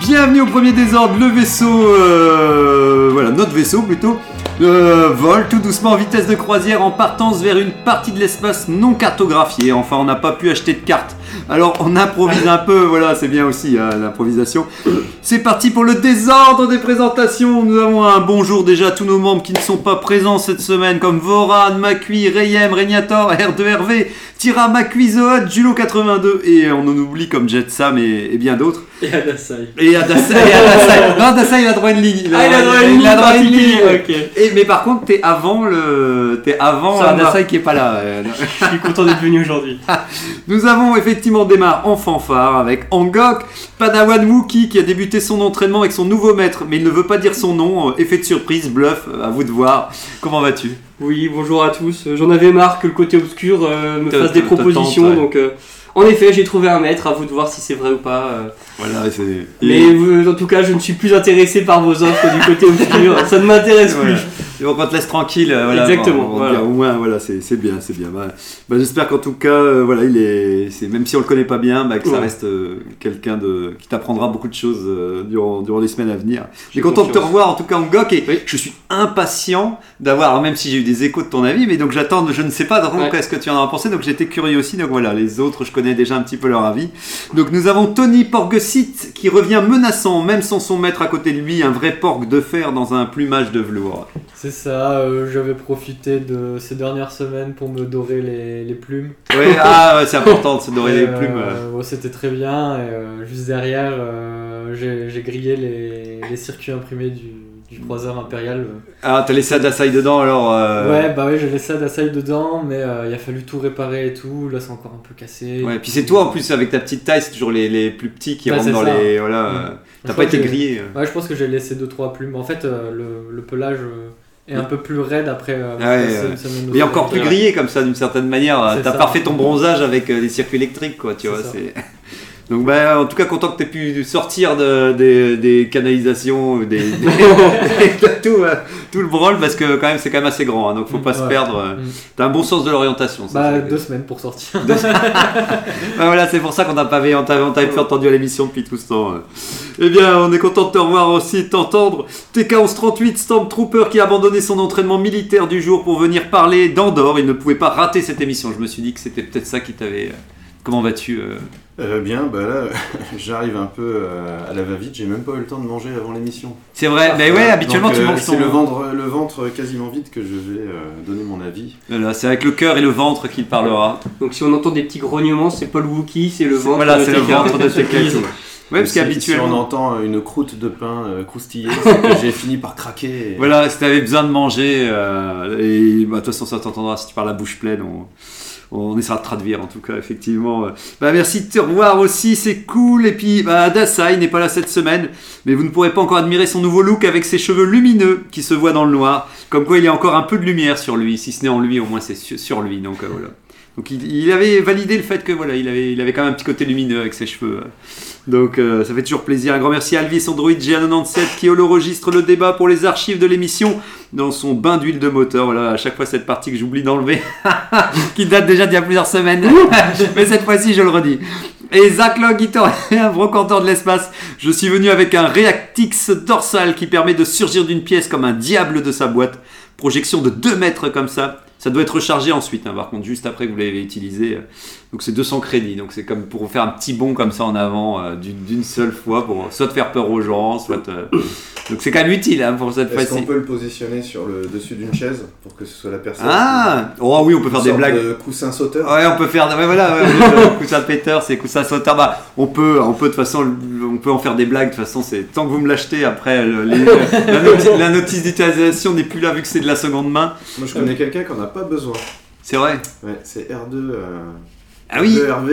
Bienvenue au premier désordre, le vaisseau, euh, voilà, notre vaisseau plutôt, euh, vole tout doucement en vitesse de croisière en partance vers une partie de l'espace non cartographiée. Enfin, on n'a pas pu acheter de carte. Alors, on improvise un peu, voilà, c'est bien aussi hein, l'improvisation. C'est parti pour le désordre des présentations. Nous avons un bonjour déjà à tous nos membres qui ne sont pas présents cette semaine, comme Voran, Macui, Rayem, Regnator, R2RV, Tira, Macui, Zoad, Julo82, et on en oublie comme Jetsam et- et bien d'autres. Et Adasai. Et Adassa, et Adassa- non, Adassa, il a droit à une ligne. Il Ah, il a droit à une il a ligne droit à une particulière, ligne. Et- mais par contre, t'es avant le, t'es avant Ça Adassa va. qui est pas là. euh, non. Je suis content d'être venu aujourd'hui. Nous avons effectivement démarre en fanfare avec Angok, Padawan Wookie qui a débuté son entraînement avec son nouveau maître, mais il ne veut pas dire son nom. euh, Effet de surprise, bluff, euh, à vous de voir. Comment vas-tu Oui, bonjour à tous. Euh, J'en avais marre que le côté obscur euh, me Te- fasse te- des te tente, propositions. ouais. Donc, euh, en effet, j'ai trouvé un maître. À vous de voir si c'est vrai ou pas. euh. Voilà, c'est. Mais vous- en tout cas, je ne suis plus intéressé par vos offres du côté obscur. Ça ne m'intéresse Voilà. plus. Et donc on te laisse tranquille. euh, Voilà, Exactement, on- on- voilà. Au moins, voilà, c'est c'est bien, c'est bien. Bah, bah, J'espère qu'en tout cas, euh, voilà, il est, c'est- même si on le connaît pas bien, bah, que ça Ouais. reste euh, quelqu'un de qui t'apprendra beaucoup de choses euh, durant, durant les semaines à venir. Je suis J'ai content de te confiance. revoir, en tout cas, Angok, et Oui. je suis impatient d'avoir, alors, même si j'ai eu des échos de ton avis, mais donc j'attends, je ne sais pas vraiment Ouais. qu'est-ce que tu en as pensé, donc j'étais curieux aussi. Donc voilà, les autres, je connais déjà un petit peu leur avis. Donc nous avons Tony Porgesit qui revient menaçant, même sans son maître à côté de lui, un vrai porc de fer dans un plumage de velours. C'est ça, euh, j'avais profité de ces dernières semaines pour me dorer les, les plumes. Ouais, ah, ouais, c'est important de se dorer les Euh, plumes. euh. ouais, C'était très bien, et euh, juste derrière, euh, j'ai j'ai grillé les, les circuits imprimés du, du croiseur impérial. Ah, t'as laissé Adasai dedans alors euh, Ouais, bah ouais, j'ai laissé Adasai dedans, mais euh, il a fallu tout réparer et tout. Là, c'est encore un peu cassé. ouais, Puis c'est toi en plus avec ta petite taille, c'est toujours les, les plus petits qui Bah, rentrent c'est dans ça. Mm. les. Voilà. euh, Je T'as pas crois été que- grillé. euh. Ouais, je pense que j'ai laissé 2-3 plumes. En fait, euh, le, le pelage euh, est un peu plus raide après. euh, avoir Mm. Ah Ouais, passé ouais. une semaine au Mais encore plus soleil. grillé comme ça d'une certaine manière. C'est T'as ça. parfait ton bronzage avec euh, les circuits électriques quoi, tu C'est vois. ça. c'est- Donc bah, en tout cas content que t'aies pu sortir de- des, des canalisations, euh, des, des- de tout, euh, tout le branle parce que quand même c'est quand même assez grand, hein, donc faut pas se Ouais. perdre. euh. Mm. T'as un bon sens de l'orientation. ça, Bah, c'est- deux semaines pour sortir. Ouais, Ah, voilà, c'est pour ça qu'on n'a pas vu- on t'avait on t'avait plus entendu à l'émission depuis tout ce temps. euh. Eh bien, on est content de te revoir aussi et de t'entendre. TK1138, Stormtrooper qui a abandonné son entraînement militaire du jour pour venir parler d'Andorre. Il ne pouvait pas rater cette émission. Je me suis dit que c'était peut-être ça qui t'avait. euh, Comment vas-tu euh Euh, bien, bah là, j'arrive un peu euh, à la va-vite, j'ai même pas eu le temps de manger avant l'émission. C'est vrai, mais Eh ouais, Voilà, habituellement donc, tu euh, manges ton. C'est le ventre, le ventre quasiment vide que je vais euh, donner mon avis. Voilà, c'est avec le cœur et le ventre qu'il parlera. Donc, si on entend des petits grognements, c'est pas le Wookie, c'est le ventre. voilà, de c'est le quelqu'un. ventre de ce Surprise. Ouais, parce si, qu'habituellement. Si on entend euh, une croûte de pain euh, croustillée, c'est que j'ai fini par craquer. et- Voilà, si t'avais besoin de manger, euh, et bah, de toute façon ça t'entendra si tu parles la bouche pleine, on, on essaiera de traduire en tout cas, effectivement. Bah, merci de te revoir aussi, c'est cool. Et puis, bah, Dasai n'est pas là cette semaine, mais vous ne pourrez pas encore admirer son nouveau look avec ses cheveux lumineux qui se voient dans le noir. Comme quoi, il y a encore un peu de lumière sur lui, si ce n'est en lui, au moins c'est su- sur lui, donc euh, voilà. Donc il, il avait validé le fait que voilà, il avait, il avait quand même un petit côté lumineux avec ses cheveux. euh. Donc euh, ça fait toujours plaisir. Un grand merci à Alvis Android G97 qui holoregistre le débat pour les archives de l'émission dans son bain d'huile de moteur. Voilà, à chaque fois cette partie que j'oublie d'enlever, qui date déjà d'il y a plusieurs semaines. Mais cette fois-ci, je le redis. Et Zach Log, un brocanteur de l'espace. Je suis venu avec un Reactix dorsal qui permet de surgir d'une pièce comme un diable de sa boîte. Projection de 2 mètres comme ça. Ça doit être rechargé ensuite, hein, par contre, juste après que vous l'avez utilisé. Donc c'est 200 crédits. Donc c'est comme pour faire un petit bond comme ça en avant euh, d'une d'une seule fois pour soit te faire peur aux gens, soit. euh, Donc c'est quand même utile hein, pour cette Est-ce fois-ci. qu'on peut le positionner sur le dessus d'une chaise pour que ce soit la personne Ah Oh oui, on peut qui- faire une des sorte blagues. de coussin sauteur. Ouais, on peut faire. Ouais, voilà, ouais, euh, coussin péteur, c'est coussin sauteur. Bah, on peut, on peut de toute façon, on peut en faire des blagues. De toute façon, c'est tant que vous me l'achetez. Après, le- les- la, noti- la notice d'utilisation n'est plus là vu que c'est de la seconde main. Moi, je connais quelqu'un qu'on n'a pas besoin. C'est vrai. Ouais, c'est R2. euh, Ah oui. R2 RV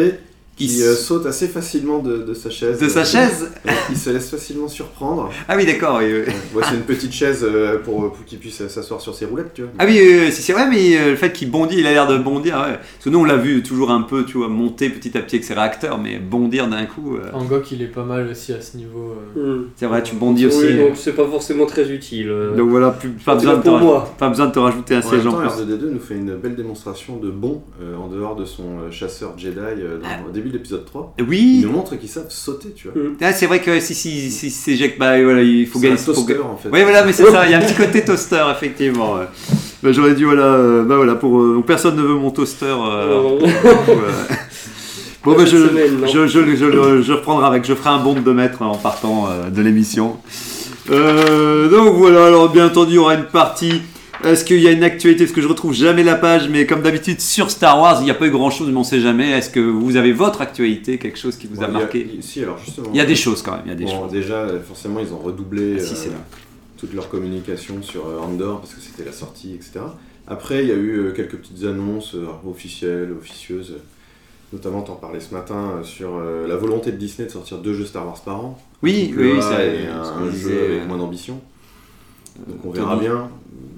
Il qui euh, saute assez facilement de, de sa chaise. De sa chaise Euh, Il se laisse facilement surprendre. Ah oui, d'accord. oui, oui. Bon, c'est une petite chaise euh, pour, pour qu'il puisse s'asseoir sur ses roulettes, tu vois. Ah oui, oui, oui, si, c'est vrai, mais euh, le fait qu'il bondit, il a l'air de bondir. ouais. Parce que nous, on l'a vu toujours un peu, tu vois, monter petit à petit avec ses réacteurs, mais bondir d'un coup, euh, Angok, il est pas mal aussi à ce niveau. euh. Hmm. c'est vrai, tu bondis aussi. Oui, donc c'est pas forcément très utile. euh. Donc voilà, plus, pas, C'est besoin là de te pour raj- moi. pas besoin de te rajouter un En siège même en temps, Ah, plus. R2D2 nous fait une belle démonstration de bon euh, en dehors de son euh, chasseur Jedi euh, dans- au début de l'épisode 3. Il Ah. Oui, nous montre qu'ils savent sauter, tu vois. Ah, c'est vrai que si, si, si, c'est Jack, bah voilà, il faut C'est un gagner. faut toaster ga- en fait. Oui, voilà, mais c'est ça, il y a un petit côté toaster, effectivement. ouais. Bah, J'aurais dit, voilà, euh, bah voilà, pour. euh, donc personne ne veut mon toaster. euh, Euh, Ouais. Bon, bah, je, Cette semaine, non. je, je, je le- je reprendrai avec. Je ferai un bond de 2 mètres en partant euh, de l'émission. Euh, donc voilà, alors bien entendu, il y aura une partie. Est-ce qu'il y a une actualité Parce que je retrouve jamais la page, mais comme d'habitude, sur Star Wars, il n'y a pas eu grand-chose, mais on ne sait jamais. Est-ce que vous avez votre actualité Quelque chose qui vous Bon, a il y a- marqué il- Si, alors justement. Il y a des choses quand même, il y a des Bon, choses. déjà, euh, forcément, ils ont redoublé Ah, si, c'est euh, là. toute leur communication sur euh, Andor parce que c'était la sortie, etc. Après, il y a eu euh, quelques petites annonces euh, officielles, officieuses. Notamment, t'en parlais ce matin euh, sur euh, la volonté de Disney de sortir deux jeux Star Wars par an. Oui, Donc, oui, là, oui, ça, et ce un qu'on jeu disait, avec euh, moins d'ambition. Donc on Tony. verra bien.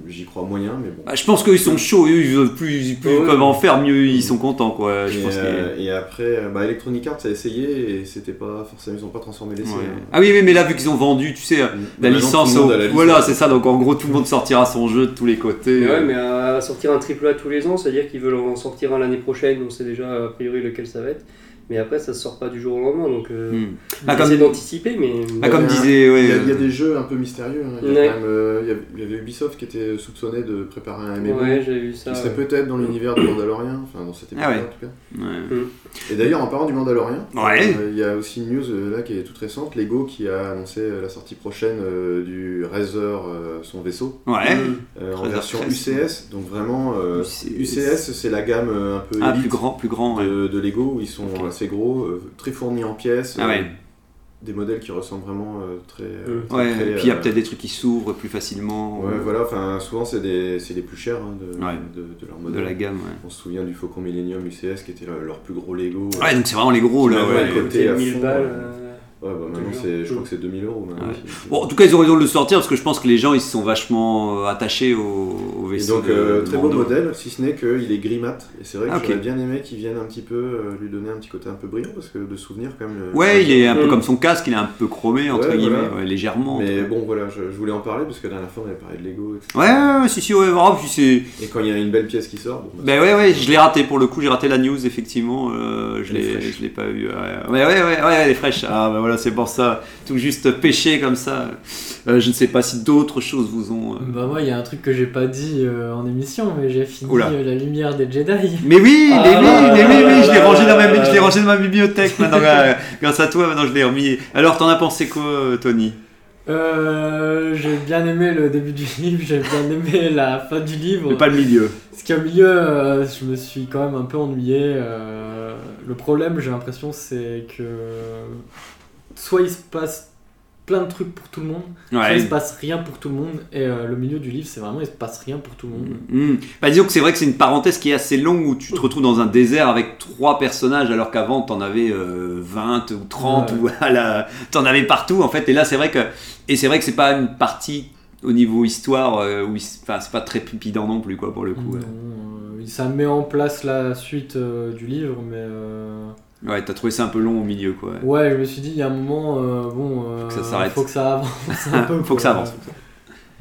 J'y crois moyen, mais bon. bah, je pense qu'ils sont chauds, eux, ils veulent plus, plus Ouais, ils ouais. peuvent en faire, mieux ils sont contents, quoi. Je et, pense que- euh, et après, euh, bah, Electronic Arts a essayé et c'était pas forcément, ils ont pas transformé hein. l'essai. Ouais. Ah oui, oui, mais là, vu qu'ils ont vendu, tu Bah, sais, la licence, au- voilà, c'est ça. Donc en gros, tout le monde sortira son jeu de tous les côtés. Mais ouais, mais à sortir un triple A tous les ans, c'est-à-dire qu'ils veulent en sortir un l'année prochaine, on sait déjà a priori lequel ça va être. Mais après, ça se sort pas du jour au lendemain, donc euh, Hmm. ils Ah, comme- essaient d'anticiper, mais. Ah, comme Ouais. disait, ouais, Il y, a, il y a euh, des jeux un peu mystérieux. hein. Il, y a Ouais. quand même, euh, il y avait- il y avait Ubisoft qui était soupçonné de préparer un MMO. ouais, j'ai vu ça. qui serait peut-être dans l'univers du Mandalorian, enfin dans cette époque Ah ouais. en tout cas. ouais. Et d'ailleurs, en parlant du Mandalorian, Ouais. euh, il y a aussi une news euh, là qui est toute récente Lego qui a annoncé euh, la sortie prochaine euh, du Razor, euh, son vaisseau, Ouais. Hmm. euh, en Razor version Crest. UCS. Donc vraiment, euh, UCS. UCS c'est la gamme euh, un peu Ah, élite plus grand, plus grand. ouais. de, de Lego où ils sont Ok. assez gros, euh, très fournis en pièces, Ah euh, ouais. Mm. des modèles qui ressemblent vraiment euh, très. Euh, très, Ouais. très, Et puis il y a euh, peut-être des trucs qui s'ouvrent plus facilement Ouais, euh, voilà, enfin, souvent c'est des- c'est les plus chers hein, de, Ouais. de, de leur de modèle. la gamme. Ouais. On se souvient du Faucon Millennium UCS qui était leur, leur plus gros Lego. euh. Ouais, donc c'est vraiment les gros là. Ouais, ouais. ouais. Côté à 1000 fond, balles. ouais. euh, Ouais, bah maintenant, Toujours. c'est- je crois que c'est 2000 euros. maintenant. Ouais. Bon, en tout cas, ils ont raison de le sortir parce que je pense que les gens ils se sont vachement euh, attachés au, au Et vaisseau. donc, euh, de très beau Mando. modèle, si ce n'est qu'il est gris mat. Et c'est vrai que Ah, ok. j'aurais bien aimé qu'ils viennent un petit peu euh, lui donner un petit côté un peu brillant, parce que de souvenir, quand même. le- Ouais, il est un peu Mm. comme son casque, il est un peu chromé entre Ouais, guillemets, voilà. ouais, légèrement. Mais bon, voilà, je, je voulais en parler, parce que la dernière fois, on avait parlé de Lego. etc. Ouais, ouais, ouais, si, si, ouais, vraiment, puis c'est. Et quand il y a une belle pièce qui sort, bon, bah, Ben ouais, ouais, je l'ai raté pour le coup, j'ai raté la news, effectivement, euh, je Elle est l'ai fraîche. je l'ai pas eu. Ouais, ouais, ouais, ouais, ouais, elle est fraîche. Ah, ben voilà, c'est pour ça, tout juste pêché comme ça. Euh, je ne sais pas si d'autres choses vous ont. euh. Bah, moi, il y a un truc que j'ai pas dit euh, en émission, mais j'ai fini Oula. euh, La lumière des Jedi. Mais oui, mais Ah oui, là mais là oui, là oui, je l'ai là rangé, là dans ma là bi- là je l'ai là. rangé dans ma bibliothèque maintenant, euh, grâce à toi, maintenant je l'ai remis. Alors, t'en as pensé quoi, euh, Tony Euh, j'ai bien aimé le début du livre, j'ai bien aimé la fin du livre. Mais pas le milieu. Parce qu'au milieu, euh, je me suis quand même un peu ennuyé. euh, le problème, j'ai l'impression, c'est que soit il se passe plein de trucs pour tout le monde, soit il Ouais. se passe rien pour tout le monde. Et euh, le milieu du livre, c'est vraiment il se passe rien pour tout le monde. Mm. Bah, disons que c'est vrai que c'est une parenthèse qui est assez longue où tu te retrouves dans un désert avec trois personnages alors qu'avant t'en avais euh, 20 ou 30 Ouais. ou à la... t'en avais partout en fait et là c'est vrai que et c'est vrai que c'est pas une partie au niveau histoire euh, où il s- enfin c'est pas très pipidant non plus quoi pour le coup. Non, euh, ça met en place la suite euh, du livre, mais euh, Ouais, t'as trouvé ça un peu long au milieu quoi. ouais, je me suis dit, il y a un moment, euh, bon, euh, que ça s'arrête. faut que ça avance un peu. Faut que quoi. ça avance.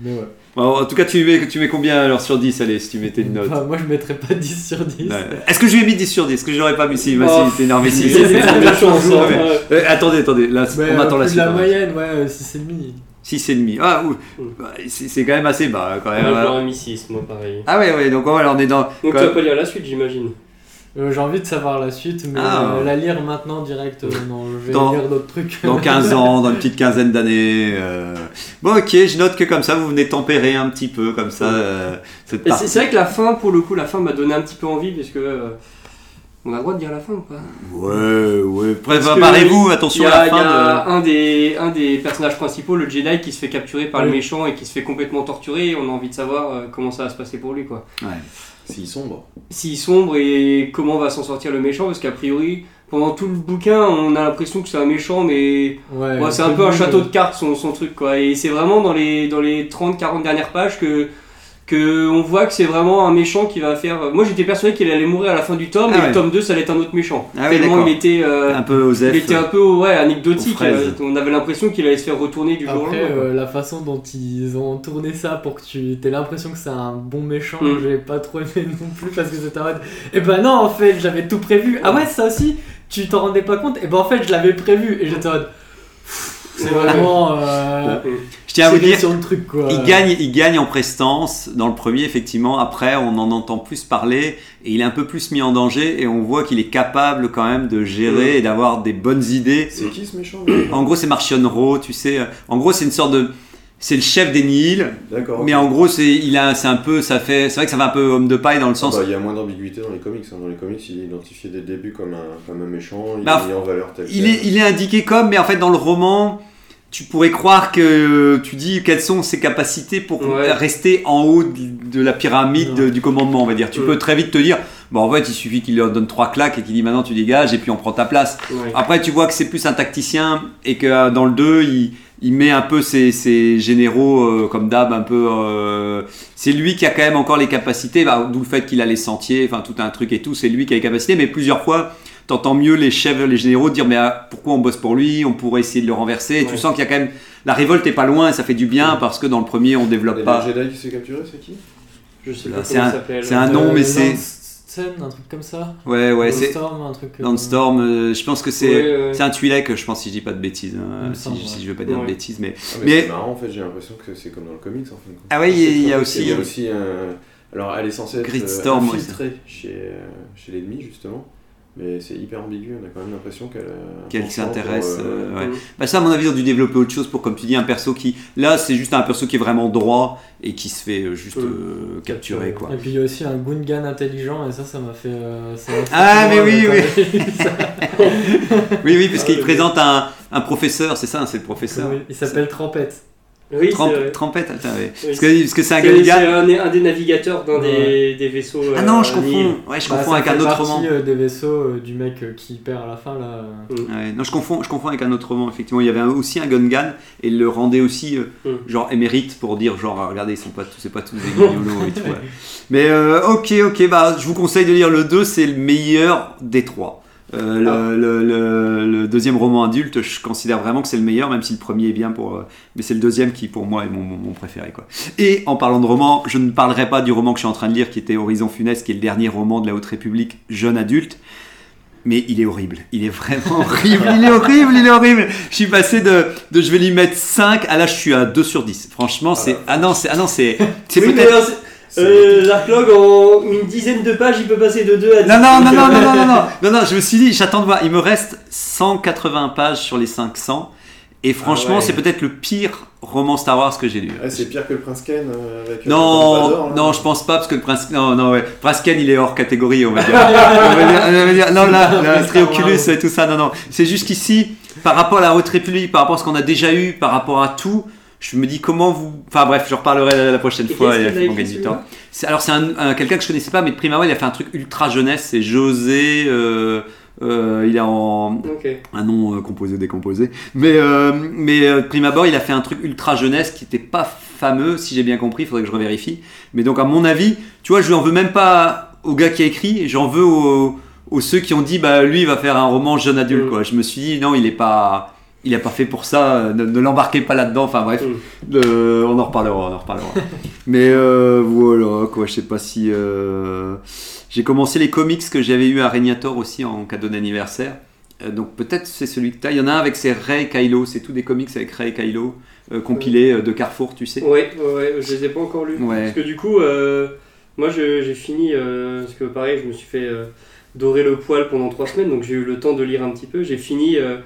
Mais ouais. Bon, en tout cas tu mets tu mets combien alors sur 10 allez si tu mettais une note. Enfin, bah, moi, je mettrais pas 10 sur 10. Ouais. Est-ce que je lui ai mis 10 sur 10 Est-ce que j'aurais pas mis si, bah, Oh. si, t'es énervé si, Ils si, si, essaient de si. faire de la chance, Ouais, hein. mais- Ouais. Euh, attendez, attendez, là, Mais, on euh, attend la plus suite. de la hein. moyenne, ouais, euh, 6,5. 6,5. Ah, ouh. Mm. Bah, c'est c'est quand même assez bas quand Ouais, même. hein. J'aurais mis 6, moi pareil. Ah ouais, ouais, donc voilà, on est dans. Donc quand tu vas même- pas lire la suite, j'imagine. Euh, J'ai envie de savoir la suite, mais Ah. euh, la lire maintenant direct, euh, non, je vais Dans- lire d'autres trucs. Dans 15 ans, dans une petite quinzaine d'années. euh. Bon, ok, je note que comme ça, vous venez tempérer un petit peu, comme ça, euh, cette Et partie. C'est c'est vrai que la fin, pour le coup, la fin m'a donné un petit peu envie, parce que. euh, on a le droit de dire la fin ou pas Ouais, ouais. Pré- Parce que Préparez-vous, Il y attention à a, la il y fin. a un, des, un des personnages principaux, le Jedi, qui se fait capturer par le Oui. méchant et qui se fait complètement torturer. Et on a envie de savoir euh, comment ça va se passer pour lui. quoi. s'il sombre. S'il sombre et comment va s'en sortir le méchant, parce qu'a priori, pendant tout le bouquin, on a l'impression que c'est un méchant, mais Ouais, euh, Ouais, c'est un peu un château de cartes son, son truc quoi et c'est vraiment dans les dans les 30 40 dernières pages que que on voit que c'est vraiment un méchant qui va faire euh, moi j'étais persuadé qu'il allait mourir à la fin du tome Ah et ouais. le tome 2 ça allait être un autre méchant Ah ouais, tellement d'accord. il était euh, Un peu il Osef. était un peu ouais anecdotique aux fraises. euh, on avait l'impression qu'il allait se faire retourner du jour au Après, hein. lendemain quoi. euh, la façon dont ils ont tourné ça pour que tu aies l'impression que c'est un bon méchant, Mm. Hmm. j'ai pas trop aimé non plus parce que c'était un mode. Et ben non, en fait, j'avais tout prévu. Ah ouais, ça aussi, tu t'en rendais pas compte Et ben en fait, je l'avais prévu. Et j'étais en mode. pff, C'est vraiment. Euh, Je tiens à vous serré dire, sur le truc quoi. Euh, Il gagne, il gagne en prestance dans le premier, effectivement. Après, on en entend plus parler et il est un peu plus mis en danger et on voit qu'il est capable quand même de Euh. gérer et d'avoir des bonnes idées. C'est qui ce méchant En gros, c'est Martion Rowe, tu sais. En gros, c'est une sorte de. C'est le chef des Nihil, D'accord. mais ok. en gros, c'est il a, c'est un peu, ça fait, c'est vrai que ça fait un peu homme de paille dans le Ah sens. bah, il y a moins d'ambiguïté dans les comics. hein. Dans les comics, il est identifié dès le début comme un, comme un méchant, il Bah, est mis en valeur tel Il quel. est, il est indiqué comme, mais en fait, dans le roman, tu pourrais croire que euh, tu dis quelles sont ses capacités pour Ouais. rester en haut de, de la pyramide de- du commandement, on va dire. Tu Mm. peux très vite te dire, bon, en fait, il suffit qu'il leur donne trois claques et qu'il dit maintenant tu dégages et puis on prend ta place. Ouais. Après, tu vois que c'est plus un tacticien et que euh, dans le 2, il, il met un peu ses, ses généraux, euh, comme d'hab, un peu. euh, c'est lui qui a quand même encore les capacités, bah, d'où le fait qu'il a les sentiers, enfin tout un truc et tout, c'est lui qui a les capacités, mais plusieurs fois. T'entends mieux les chefs, les généraux dire mais ah, pourquoi on bosse pour lui On pourrait essayer de le renverser. Et Tu Ouais. sens qu'il y a quand même la révolte est pas loin, et ça fait du bien parce que dans le premier on Et développe pas. le Jedi qui s'est capturé, c'est qui Je sais Là, pas c'est comment un- il s'appelle. c'est un nom, Ah mais c'est- Scène, Euh, un truc comme ça. Ouais ouais c'est Storm, un truc. euh, dans Storm. euh, je pense que c'est Ouais, ouais. c'est un Twi'lek, je pense si je dis pas de bêtises, hein, Il me si, semble, je- ouais. si je veux pas dire Ouais. de bêtises, mais Ah, mais Mais- C'est marrant en fait, j'ai l'impression que c'est comme dans le comics en fin de compte. ah ouais il y a- il y a aussi. Il y a aussi un- Alors elle est censée être Gritstorm, euh, ouais, infiltrée chez, euh, chez l'ennemi justement, mais c'est hyper ambigu, on a quand même l'impression qu'elle... a un Qu'elle penchant pour, s'intéresse, euh, ouais. euh, Bah ça, à mon avis, ils ont dû développer autre chose pour, comme tu dis, un perso qui... Là, c'est juste un perso qui est vraiment droit et qui se fait euh, juste euh, capturer, quoi. Et puis il y a aussi un Gungan intelligent, et ça, ça m'a fait. euh, ça m'a fait Ah, mais mal, oui, quand même. Ça- Oui, oui, parce Ah, qu'il oui. présente un, un professeur, c'est ça, c'est le professeur. Il s'appelle Trempette. oui c'est Tramp- vrai. Trampette, attends, ouais. Oui. Parce que parce que c'est un C'est- c'est Galligan. un, un des navigateurs d'un des, des vaisseaux Ah non, je euh, Nihil. confonds. Ouais, je Bah, confonds ça avec fait un autre partie, roman. euh, des vaisseaux euh, du mec euh, qui perd à la fin là. Ouais, non, je confonds, je confonds avec un autre roman, effectivement. Il y avait un- aussi un Gungan et il le rendait aussi, euh, Mm. genre, émérite pour dire, genre, ah, regardez, ils sont pas tous, c'est pas tous des guignolos et tout. ouais. Mais euh, ok, ok, bah, je vous conseille de lire le 2, c'est le meilleur des trois. Euh, le, Ah. le- le- le deuxième roman adulte, je considère vraiment que c'est le meilleur, même si le premier est bien pour. euh, mais c'est le deuxième qui, pour moi, est mon, mon- mon préféré. Quoi. Et en parlant de roman, je ne parlerai pas du roman que je suis en train de lire, qui était Horizon Funeste, qui est le dernier roman de la Haute République, jeune adulte. Mais il est horrible, il est vraiment horrible, il est horrible, il est horrible. Je suis passé de, de je vais lui mettre 5 à là je suis à 2 sur 10. Franchement, c'est. Ah non, c'est. Ah non, c'est. c'est Oui, mais peut-être- alors, c'est- euh, Zarklog, en une dizaine de pages, il peut passer de 2 à 10. Non, non, non, non, non, non, non, non, non, non, je me suis dit, j'attends de voir. Il me reste 180 pages sur les 500. Et Ah franchement, ouais. c'est peut-être le pire roman Star Wars que j'ai lu. Ah, c'est pire que le Prince Ken euh, avec... euh, euh, non, Dark Vador, là. non, je pense pas parce que le prince, non, non, ouais, Prince Ken, il est hors catégorie, on va dire. On va dire- on va dire- non, là, là, Mais Star Wars. Trioculus et tout ça, non, non. C'est juste qu'ici, par rapport à la Haute République, par rapport à ce qu'on a déjà eu, par rapport à tout, je me dis comment vous. Enfin bref, je reparlerai la, la prochaine Et fois. qu'est-ce qu'il et a on écrit, gagne du celui-là temps. C'est- Alors c'est un, un- quelqu'un que je connaissais pas, mais de prime abord, il a fait un truc ultra jeunesse. C'est José. euh, euh, il est en, Ok. un nom euh, composé décomposé mais euh, mais euh, de prime abord il a fait un truc ultra jeunesse qui n'était pas fameux si j'ai bien compris il faudrait que je revérifie mais donc à mon avis tu vois je lui en veux même pas au gars qui a écrit j'en veux aux, aux ceux qui ont dit bah lui il va faire un roman jeune adulte Mm. quoi je me suis dit non il est pas il a pas fait pour ça euh, ne, ne l'embarquez pas là dedans enfin bref euh, on en reparlera on en reparlera mais euh, voilà quoi je sais pas si euh, j'ai commencé les comics que j'avais eu à Régnator aussi en cadeau d'anniversaire euh, donc peut-être c'est celui que t'as. Il y en a un avec ses Ray et Kylo, c'est tous des comics avec Ray et Kylo euh, compilés euh, de Carrefour, tu sais. Ouais, ouais, ouais, je les ai pas encore lus. Ouais. Parce que du coup, euh, moi je- j'ai fini, euh, parce que pareil, je me suis fait euh, dorer le poil pendant trois semaines, donc j'ai eu le temps de lire un petit peu. J'ai fini euh,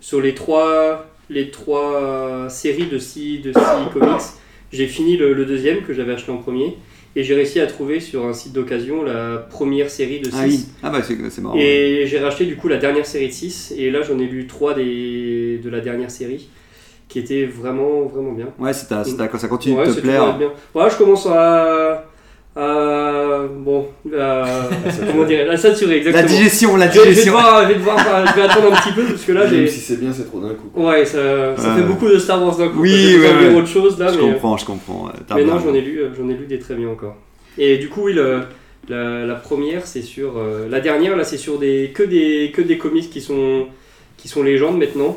sur les trois, les trois séries de six, de six comics. J'ai fini le, le deuxième que j'avais acheté en premier, et j'ai réussi à trouver sur un site d'occasion la première série de six. Ah oui. Ah bah c'est c'est marrant. ouais. Et j'ai racheté du coup la dernière série de 6 et là j'en ai lu 3 des... de la dernière série qui était vraiment vraiment bien. Ouais, c'est ta- c'est ta- ça continue Ouais, de te c'est plaire. toujours bien. Ouais, je commence à Euh, bon, la, comment dire, la saturée, La exactement. digestion, la Je vais- je vais digestion. devoir- je vais devoir- je vais attendre un petit peu parce que là, Même j'ai. si c'est bien, c'est trop d'un coup. quoi. Ouais, ça, ça Ouais. fait beaucoup de Star Wars d'un coup. Euh. Oui, J'ai besoin ouais, de ouais. autre chose là, Je mais, comprends, je comprends. euh, t'as mais non, raison. j'en ai lu, euh, j'en ai lu des très bien encore. Et du coup, oui, le- la, la première, c'est sur, euh, la dernière là, c'est sur des que des que des comics qui sont qui sont légendes maintenant.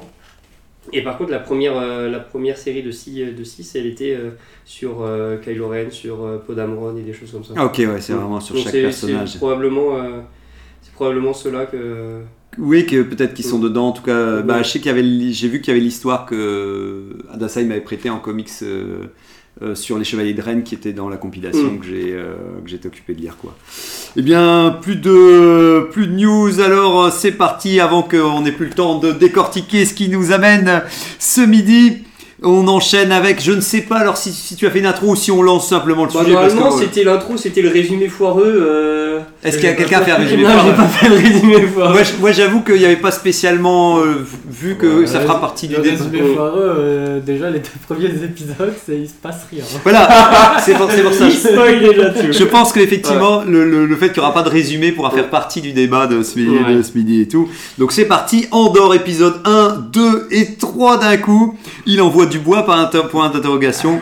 Et par contre, la première, euh, la première série de 6, de six, elle était euh, sur euh, Kylo Ren, sur euh, Podamron et des choses comme ça. Ah, ok, ouais, c'est vraiment sur Donc chaque c'est- personnage. C'est probablement, euh, c'est probablement ceux-là que. Oui, que peut-être qu'ils sont Mm. dedans. En tout cas, Mm. bah, je sais qu'il y avait, l- j'ai vu qu'il y avait l'histoire que Adasai m'avait prêté en comics euh, euh, sur les Chevaliers de Rennes qui était dans la compilation Mm. que j'ai euh, que j'étais occupé de lire quoi. Eh bien, plus de plus de news. Alors, euh, c'est parti avant qu'on n'ait plus le temps de décortiquer ce qui nous amène ce midi. On enchaîne avec, je ne sais pas, alors si, si tu as fait une intro ou si on lance simplement le Bah, sujet. parce que, normalement, euh, c'était l'intro, c'était le résumé foireux. euh, Est-ce qu'il y a j'ai quelqu'un à pas faire fait- résumé Non, foireux j'ai pas fait le résumé foireux. Moi, je- moi, j'avoue qu'il n'y avait pas spécialement euh, vu que Ouais, ça fera partie du le débat. résumé foireux, euh, déjà les deux premiers épisodes, c'est- il se passe rien. Voilà, c'est pour, c'est pour ça. Il spoil déjà tout. Je pense que effectivement, le, le- le fait qu'il n'y aura pas de résumé pourra faire partie du débat de ce midi, de Ouais. ce midi et tout. Donc c'est parti, Andorre épisode 1, 2 et 3 d'un coup. Il envoie du bois par un inter- point d'interrogation.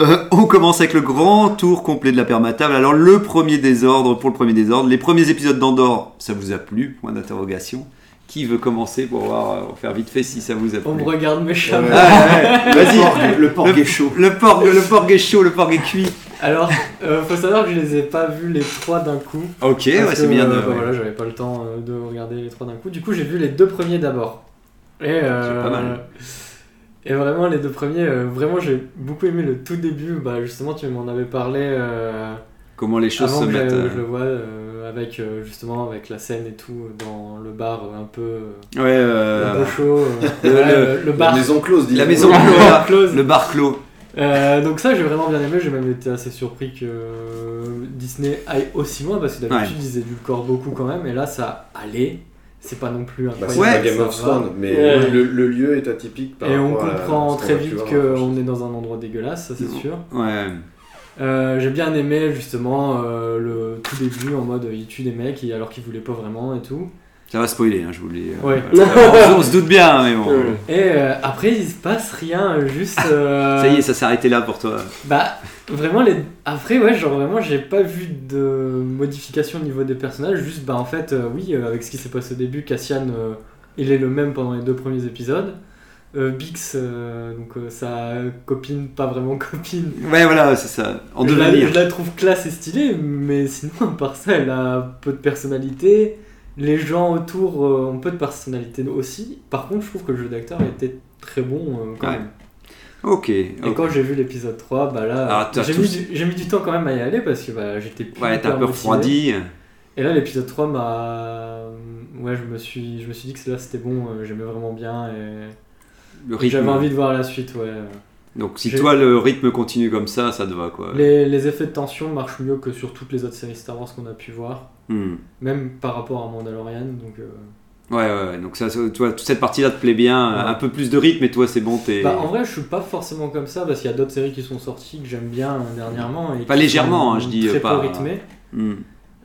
Euh, on commence avec le grand tour complet de la permatable. Alors le premier désordre, pour le premier désordre, les premiers épisodes d'Andorre, ça vous a plu Point d'interrogation. Qui veut commencer pour voir, euh, faire vite fait si ça vous a plu On me regarde méchamment. Ouais. Ah, ouais, ouais. Le porc- le porc est chaud. Le porc, le porc est chaud, le porc est cuit. Alors, euh, faut savoir que je les ai pas vus les trois d'un coup. Ok, ouais, Parce c'est que, bien. de- euh, bah voilà, j'avais pas le temps euh, de regarder les trois d'un coup. Du coup, j'ai vu les deux premiers d'abord. Et, euh, C'est pas mal. et vraiment, les deux premiers, euh, vraiment, j'ai beaucoup aimé le tout début. Bah, justement, tu m'en avais parlé euh, Comment les choses avant se que mettent. je, euh, je le vois euh, avec euh, justement avec la scène et tout dans le bar euh, un peu, euh, Ouais, euh, un peu chaud. euh, Le- voilà, le- le, le Bah, La bar. maison close, dis la donc. maison Le close, bar voilà. close. le bar clos. Euh, donc ça j'ai vraiment bien aimé, j'ai même été assez surpris que euh, Disney aille aussi loin parce que d'habitude ils édulcorent beaucoup quand même et là ça allait, c'est pas non plus Bah, incroyable. c'est pas Ouais, Game ça of va. Thrones, mais Ouais. le, le lieu est atypique par Et on rapport à hein. comprend ce qu'on très a pu vite voir. qu'on est dans un endroit dégueulasse, ça c'est Non. sûr. Ouais. Euh, j'ai bien aimé justement euh, le tout début en mode il tue des mecs et- alors qu'ils voulaient pas vraiment et tout. Ça va spoiler, hein, je vous le dis. Euh, Ouais. voilà. on, on se doute bien, mais bon. Euh, Et euh, après il se passe rien, juste... euh, Ah, Ça y est, ça s'est arrêté là pour toi. Bah, vraiment, les... après, ouais, genre vraiment, j'ai pas vu de modification au niveau des personnages. Juste, bah, en fait, euh, oui, euh, avec ce qui s'est passé au début, Cassian, euh, il est le même pendant les deux premiers épisodes. Euh, Bix, euh, donc euh, sa copine, pas vraiment copine. Ouais, voilà, c'est ça. En je, la, devenir. je la trouve classe et stylée, mais sinon, à part ça, elle a peu de personnalité. Les gens autour euh, ont peu de personnalité aussi. Par contre, je trouve que le jeu d'acteur était très bon euh, quand Ouais. même. Ok. Et ok. quand j'ai vu l'épisode 3, bah là, Ah, t'as j'ai tout- mis, du- j'ai mis du temps quand même à y aller parce que bah, j'étais plus Ouais, hyper t'as un peu motivé. refroidi. Et là, l'épisode 3 m'a. Ouais, je me suis, je me suis dit que là c'était bon, euh, j'aimais vraiment bien et Le rythme. j'avais envie de voir la suite, ouais. Donc, si J'ai- toi le rythme continue comme ça, ça te va quoi. Les, les effets de tension marchent mieux que sur toutes les autres séries Star Wars qu'on a pu voir, Hmm. même par rapport à Mandalorian, donc. euh, Ouais, ouais, ouais. Donc, ça, ça- toi, toute cette partie-là te plaît bien. Ouais. Un peu plus de rythme, et toi, c'est bon. T'es. Bah, en vrai, je suis pas forcément comme ça parce qu'il y a d'autres séries qui sont sorties que j'aime bien euh, dernièrement. Et Pas qui légèrement, sont hein, je dis, Très euh, pas- peu rythmées. Hmm.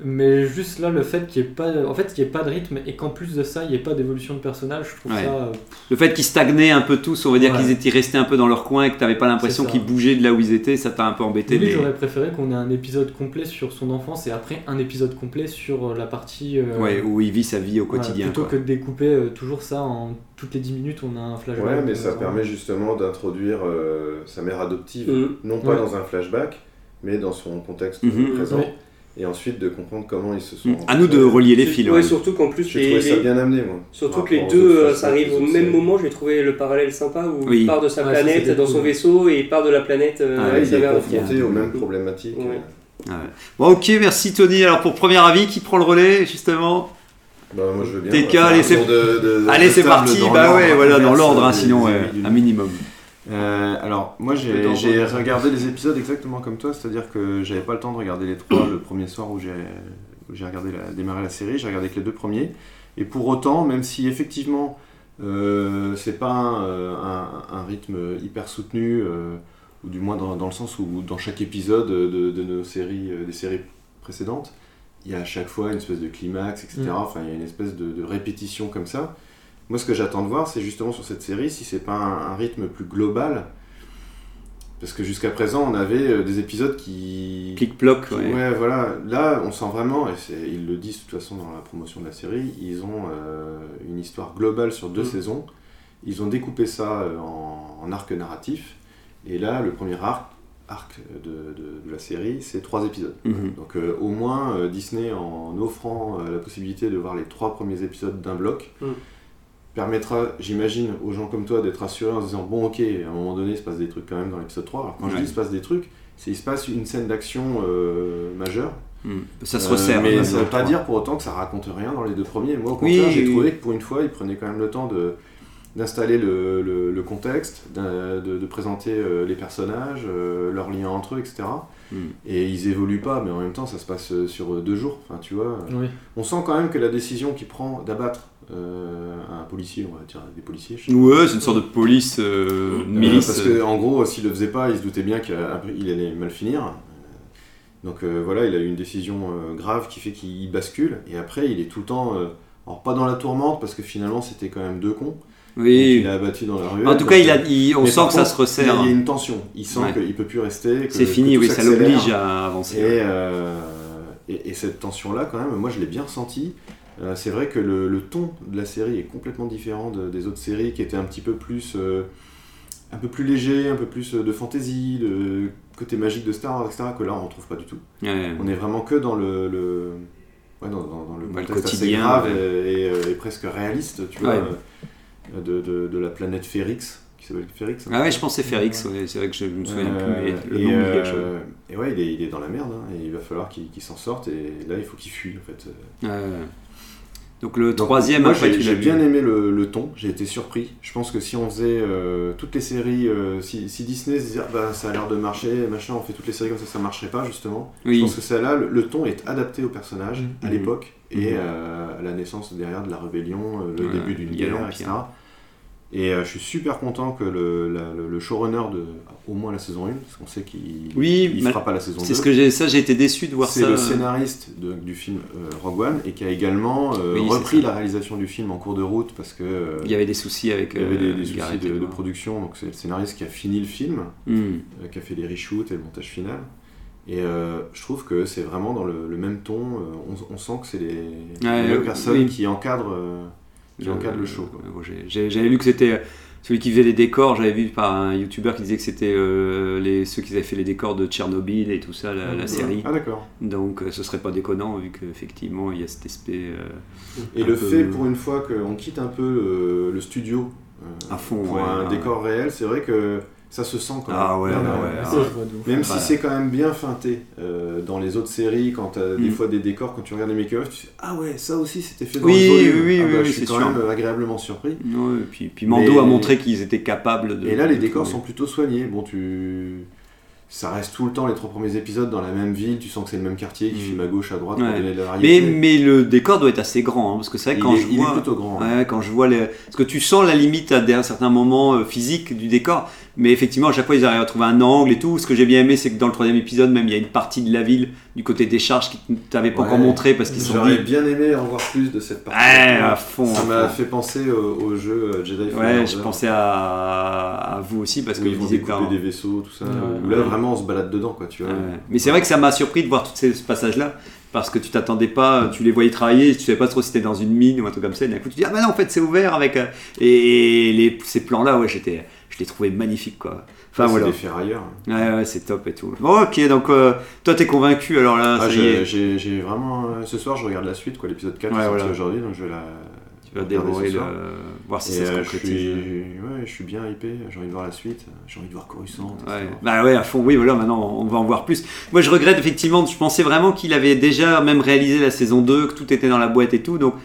Mais juste là, le fait qu'il n'y ait, pas- en fait, qu'il y ait pas de rythme et qu'en plus de ça, il n'y ait pas d'évolution de personnage, je trouve Ouais. ça. euh, Le fait qu'ils stagnaient un peu tous, on va dire Ouais. qu'ils étaient restés un peu dans leur coin et que t'avais pas l'impression C'est ça. qu'ils bougeaient de là où ils étaient, ça t'a un peu embêté. Limite, mais- j'aurais préféré qu'on ait un épisode complet sur son enfance et après un épisode complet sur euh, la partie. euh, Ouais, où il vit sa vie au voilà, quotidien. plutôt quoi. que de découper euh, toujours ça en toutes les 10 minutes, on a un flashback. Ouais, mais ça euh, permet justement d'introduire euh, sa mère adoptive, euh, non pas Ouais. dans un flashback, mais dans son contexte Mhm. présent, Ouais. et ensuite de comprendre comment ils se sont. Mm. À nous de relier les fils. ouais, ouais. surtout qu'en plus, J'ai les- trouvé ça les- bien amené, moi. surtout Par que les rapport aux autres deux, euh, flashbacks, ça arrive au les même autres séries. moment. J'ai trouvé le parallèle sympa où Oui. il part de sa Ouais, ça, planète c'était dans son cool. vaisseau et il part de la planète euh, Ah, Ouais, avec il sa est mère. confronté aux mêmes problématiques. euh, Ouais. Bon, ok, merci Tony. Alors pour premier avis, qui prend le relais justement Bah, moi, je veux bien. TK, on va faire allez, un c'est- tour de- de- Allez, de c'est Euh, table parti. dans Bah l'ordre euh, ouais, voilà, dans inverse l'ordre, hein, des- sinon des ouais, séries du un minimum. Euh, alors, moi Le temps j'ai j'ai de- regardé les épisodes exactement comme toi, c'est-à-dire que j'avais pas le temps de regarder les trois le premier soir où j'ai où j'ai regardé la, démarré la série, j'ai regardé que les deux premiers. Et pour autant, même si effectivement euh, c'est pas un, euh, un- un rythme hyper soutenu, euh, ou du moins dans, dans le sens où dans chaque épisode de, de nos séries, euh, des séries précédentes, il y a à chaque fois une espèce de climax, etc. Mm. Enfin, il y a une espèce de, de répétition comme ça. Moi, ce que j'attends de voir, c'est justement sur cette série si c'est pas un, un rythme plus global. Parce que jusqu'à présent, on avait euh, des épisodes qui. Clic-ploc, Qui- ouais. Ouais. voilà. Là, on sent vraiment, et c'est- ils le disent de toute façon dans la promotion de la série, ils ont euh, une histoire globale sur deux Mm. saisons. Ils ont découpé ça euh, en, en arc narratif. Et là, le premier arc, arc de, de- de la série, c'est trois épisodes. Mhm. Donc euh, au moins, euh, Disney, en offrant euh, la possibilité de voir les trois premiers épisodes d'un bloc, Mm. permettra, j'imagine, aux gens comme toi d'être assurés en se disant, bon ok, à un moment donné, il se passe des trucs quand même dans l'épisode 3. Alors quand je Ouais. dis il se passe des trucs, c'est il se passe une scène d'action euh, majeure. Mhm. Ça se Euh, resserre. mais hein, ça dans veut le pas trois. dire pour autant que ça raconte rien dans les deux premiers. Moi, au Oui. contraire, j'ai trouvé que pour une fois, ils prenaient quand même le temps de d'installer le, le- le contexte, d'un- de, de présenter euh, les personnages, euh, leurs liens entre eux, etc. Mm. Et ils évoluent pas, mais en même temps, ça se passe euh, sur euh, deux jours. Enfin, tu vois, Oui. on sent quand même que la décision qu'il prend d'abattre euh, un policier, on va dire des policiers, je sais Ouais, c'est une sorte de police, euh, euh, milice. parce que en gros, s'il le faisait pas, il se doutait bien qu'il il allait mal finir. Euh, Donc euh, voilà, il a eu une décision euh, grave qui fait qu'il bascule. Et après, il est tout le temps, euh, alors pas dans la tourmente parce que finalement c'était quand même deux cons. Donc, Oui. Il a abattu dans la rue. En tout cas, il a, il- on Mais sent par que ça contre, se resserre. Il y a une tension. Il sent Ouais. qu'il peut plus rester. que- C'est que fini, tout oui, ça s'accélère. l'oblige à avancer. Et, euh, et, et cette tension-là, quand même, moi je l'ai bien ressentie. Euh, c'est vrai que le, le ton de la série est complètement différent de- des autres séries qui étaient un petit peu plus. euh, un peu plus léger, un peu plus euh, de fantaisie, de côté magique de Star Wars, etc. que là on retrouve pas du tout. Ouais. On est vraiment que dans le. le- ouais, dans, dans- dans le Bah, le contexte quotidien, assez grave ouais. et, et, euh, et presque réaliste, tu vois, Ouais. euh, de, de- de la planète Férix, qui s'appelle Férix. hein. Ah ouais, je pensais Férix, ouais, c'est vrai que je me souviens Euh, plus, mais le et, nom me dit quelque chose. euh, et ouais, il est, il est dans la merde, hein, et il va falloir qu'il qu'il s'en sorte, et là, il faut qu'il fuit, en fait. Ouais. Donc le troisième, euh, Moi, après, j'ai tu l'as j'ai bien vu. aimé le, le ton, j'ai été surpris. Je pense que si on faisait euh, toutes les séries, euh, si, si Disney se disait, Ah, bah, ça a l'air de marcher, machin, on fait toutes les séries comme ça, ça marcherait pas, justement. Je Oui, pense que celle-là, le, le ton est adapté au personnage, Mhm. à l'époque, Mhm. et euh, à la naissance derrière de la rébellion, euh, le Ouais, début d'une il y a guerre, l'Empire. etc. Et euh, je suis super content que le, la- le- le showrunner de au moins la saison 1, parce qu'on sait qu'il Oui, il mal- fera pas la saison 2. c'est ce que j'ai. Ça, j'ai été déçu de voir C'est ça. le euh, scénariste de- du film euh, Rogue One et qui a également euh, Oui, c'est repris ça. la réalisation du film en cours de route parce que euh, Il y avait des soucis avec. il y avait des, euh, des soucis Gareth de, de Edwards. production. Donc c'est le scénariste qui a fini le film, Hmm. euh, qui a fait les reshoots et le montage final. Et euh, je trouve que c'est vraiment dans le, le même ton. euh, on, on sent que c'est les, Ouais, les mêmes euh, personnes oui. qui encadrent. euh, qui encadrent le show, quoi. Euh, bon, j'ai- j'ai- J'avais lu que c'était euh, celui qui faisait les décors. J'avais vu par un youtubeur qui disait que c'était euh, les, ceux qui avaient fait les décors de Tchernobyl et tout ça, la, la série. Ah d'accord. Donc euh, ce serait pas déconnant vu qu'effectivement il y a cet aspect euh, Et Un le peu- fait pour une fois qu'on quitte un peu euh, le studio euh, à fond. pour ouais, hein. un ouais. décor réel, c'est vrai que ça se sent quand même. Ah ouais, ouais, Euh, ouais, Ça, ouais. je vois de ouf. Même Ouais. si c'est quand même bien feinté euh, dans les autres séries, quand t'as des Mm. fois des décors, quand tu regardes les make-up, tu fais Ah ouais, ça aussi c'était fait dans Oui, le volume. oui, Ah oui, bah, oui, je c'est suis quand sûr. même agréablement surpris. Ouais, et puis, puis Mando Mais- a montré qu'ils étaient capables de. Et là, les de décors trouver. sont plutôt soignés. Bon, tu. Ça reste tout le temps les trois premiers épisodes dans la même ville, tu sens que c'est le même quartier qui Mm. filme à gauche, à droite pour Ouais. donner de la Mais, variété. mais le décor doit être assez grand, hein, parce que c'est vrai il, quand est, je il est vois. plutôt grand. hein. Ouais, quand je vois les... Parce que tu sens la limite à un certain moment euh, physique du décor, mais effectivement, à chaque fois, ils arrivent à trouver un angle et tout. Ce que j'ai bien aimé, c'est que dans le troisième épisode, même, il y a une partie de la ville, du côté des charges, qui t'avais pas Ouais. encore montré parce qu'ils sont dit... J'aurais bien aimé en voir plus de cette Ouais, partie. à fond. ça à m'a fond. fait penser au, au jeu euh, Jedi Fallen Ouais, je Order. pensais à, à vous aussi, parce Où que ils vous vont disiez découper que- des vaisseaux, tout ça. Ouais. Où là, vraiment, on se balade dedans, quoi, tu vois. hein. Ouais. Mais c'est vrai que ça m'a surpris de voir tous ces passages-là, parce que tu t'attendais pas, tu les voyais travailler, tu savais pas trop si t'étais dans une mine ou un truc comme ça, et d'un coup tu dis ah bah non en fait c'est ouvert avec euh, et les, ces plans-là ouais j'étais, je les trouvais magnifiques quoi. Enfin Ouais, voilà, Ah, C'est des ferrailleurs. ouais ouais c'est top et tout. Bon ok donc euh, toi t'es convaincu alors là Ah, ça y j'ai est, j'ai- j'ai vraiment. euh, Ce soir, je regarde la suite, quoi. L'épisode 4 Ouais, est sorti voilà. aujourd'hui, donc je vais la. tu vas regarder ce dévorer le, soir. voir si Et, ça se euh, je, concrétise. suis, ouais, je suis bien hypé, j'ai envie de voir la suite, j'ai envie de voir Coruscant. etc. Ouais. Bah ouais, à fond, oui, voilà, maintenant on va en voir plus. Moi je regrette effectivement, je pensais vraiment qu'il avait déjà même réalisé la saison 2, que tout était dans la boîte et tout, donc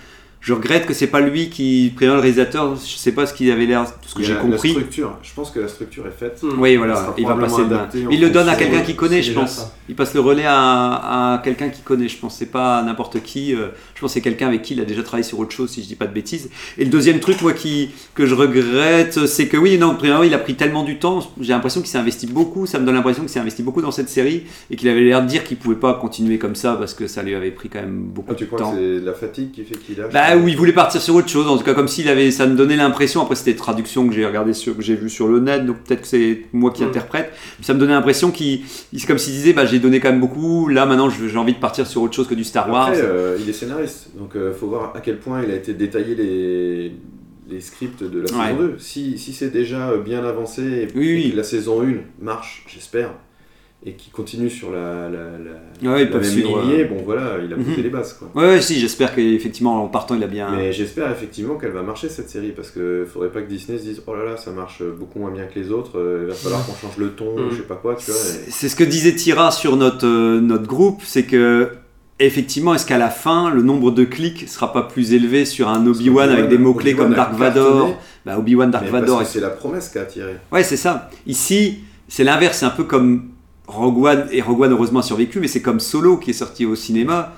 Je regrette que c'est pas lui qui prévient le réalisateur. Je sais pas ce qu'il avait l'air, tout ce que Il y a j'ai la- compris. La structure, je pense que la structure est faite. Oui, Hmm. Ça voilà, sera il va probablement passer le adapté relais. en Il le donne à fonction- quelqu'un qui connaît, je c'est déjà pense. ça. Il passe le relais à, à quelqu'un qui connaît, je pense. C'est pas n'importe qui. euh, Je pense que c'est quelqu'un avec qui il a déjà travaillé sur autre chose, si je dis pas de bêtises. Et le deuxième truc, moi, qui, que je regrette, c'est que oui, non, premièrement, il a pris tellement du temps. J'ai l'impression qu'il s'est investi beaucoup. Ça me donne l'impression qu'il s'est investi beaucoup dans cette série et qu'il avait l'air de dire qu'il pouvait pas continuer comme ça parce que ça lui avait pris quand même beaucoup Ah, tu de crois temps. que c'est la fatigue qui fait qu'il lâche Bah oui, il voulait partir sur autre chose, en tout cas comme s'il avait, ça me donnait l'impression, après c'était des traductions que j'ai regardé sur, que j'ai vu sur le net, donc peut-être que c'est moi qui Mm. interprète, mais ça me donnait l'impression qu'il, il- c'est comme s'il disait, bah j'ai donné quand même beaucoup, là maintenant je- j'ai envie de partir sur autre chose que du Star Wars. Après, euh, il est scénariste, donc euh, faut voir à quel point il a été détaillé les, les scripts de la saison Ouais. 2. Si, si c'est déjà euh, bien avancé et, Oui, et oui. que la saison 1 marche, j'espère, et qu'il continue sur la, la, la, Ouais, ils la peuvent même suivre, lignée, euh, bon voilà, il a Mhm. posé les bases. Quoi. Ouais, ouais, si, j'espère qu'effectivement en partant il a bien... Mais j'espère effectivement qu'elle va marcher cette série parce que faudrait pas que Disney se dise oh là là ça marche beaucoup moins bien que les autres, euh, il va falloir qu'on change le ton, Mhm. ou je sais pas quoi, tu vois. et- Mm. C'est c'est ce que disait Tira sur notre, euh, notre groupe, c'est que effectivement, est-ce qu'à la fin, le nombre de clics sera pas plus élevé sur un Obi-Wan avec des mots-clés Obi-Wan comme a Dark cartonné, Vador bah, Obi-Wan, Dark mais Vador, parce que c'est la promesse qui a attiré. Ouais, c'est ça. Ici, c'est l'inverse. C'est un peu comme Rogue One, et Rogue One heureusement a survécu, mais c'est comme Solo qui est sorti au cinéma.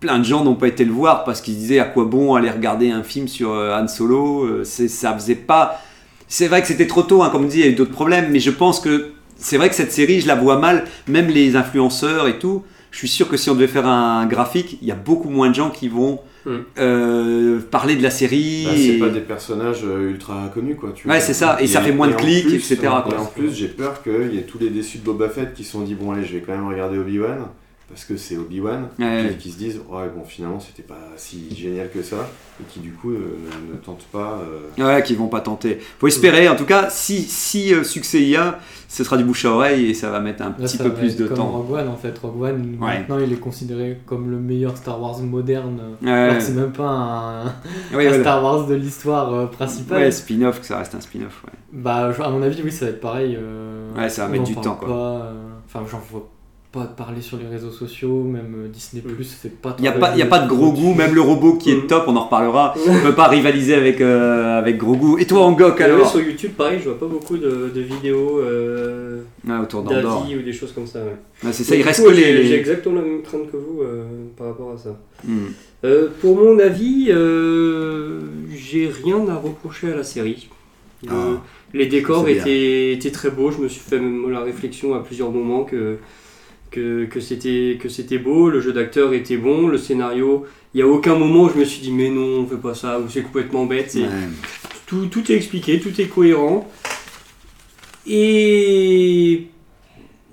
Plein de gens n'ont pas été le voir parce qu'ils disaient à quoi bon aller regarder un film sur euh, Han Solo. euh, c'est- ça faisait pas. C'est vrai que c'était trop tôt, hein, comme dit, il y a eu d'autres problèmes, mais je pense que c'est vrai que cette série, je la vois mal, même les influenceurs et tout. Je suis sûr que si on devait faire un graphique, il y a beaucoup moins de gens qui vont Mm. euh, parler de la série. Hmm. Bah, c'est et- pas des personnages euh, ultra connus, quoi. Tu Ouais, c'est ça, et ça fait moins de en clics, plus, etc., euh, quoi. et en plus, j'ai peur qu'il y ait tous les déçus de Boba Fett qui se sont dit bon, allez, je vais quand même regarder Obi-Wan, parce que c'est Obi-Wan, Ouais. et qui se disent ouais, bon, finalement, c'était pas si génial que ça, et qui du coup euh, ne tentent pas. euh, Ouais, qui vont pas tenter. Faut espérer, en tout cas, si, si euh, succès il y a, ce sera du bouche à oreille et ça va mettre un Là, petit ça peu va plus être de comme temps. Rogue One, en fait. Rogue One, Ouais. maintenant, il est considéré comme le meilleur Star Wars moderne. Ouais, Alors ouais, que c'est même pas un, ouais, un voilà. Star Wars de l'histoire euh, principale. Ouais, spin-off, que ça reste un spin-off. ouais. Bah, je- à mon avis, oui, ça va être pareil. euh, Ouais, ça va on mettre en du parle temps, quoi. pas, euh, Enfin, j'en vois pas parler sur les réseaux sociaux, même euh, Disney Plus fait pas. Il n'y a, trop pas- y a pas de gros goût, même le robot qui est Mm. top, on en reparlera, ne peut pas rivaliser avec, euh, avec gros goût. Et toi, Angok, Mais ouais, alors sur YouTube, pareil, je vois pas beaucoup de, de vidéos euh, Ouais, Autour d'Andorre. d'avis ou des choses comme ça. ouais. Ouais, c'est ça, il Du reste coup, que j'ai- les. J'ai les- exactement la même crainte que vous euh, par rapport à ça. Hmm. Euh, pour mon avis, euh, j'ai rien à reprocher à la série. Euh, Ah, les décors c'est bien. étaient, étaient très beaux. Je me suis fait même la réflexion à plusieurs moments que, que, que c'était que c'était beau. Le jeu d'acteur était bon. Le scénario, il n'y a aucun moment où je me suis dit mais non, on ne fait pas ça ou c'est complètement bête. C'est- Ouais. tout, tout est expliqué, tout est cohérent. Et.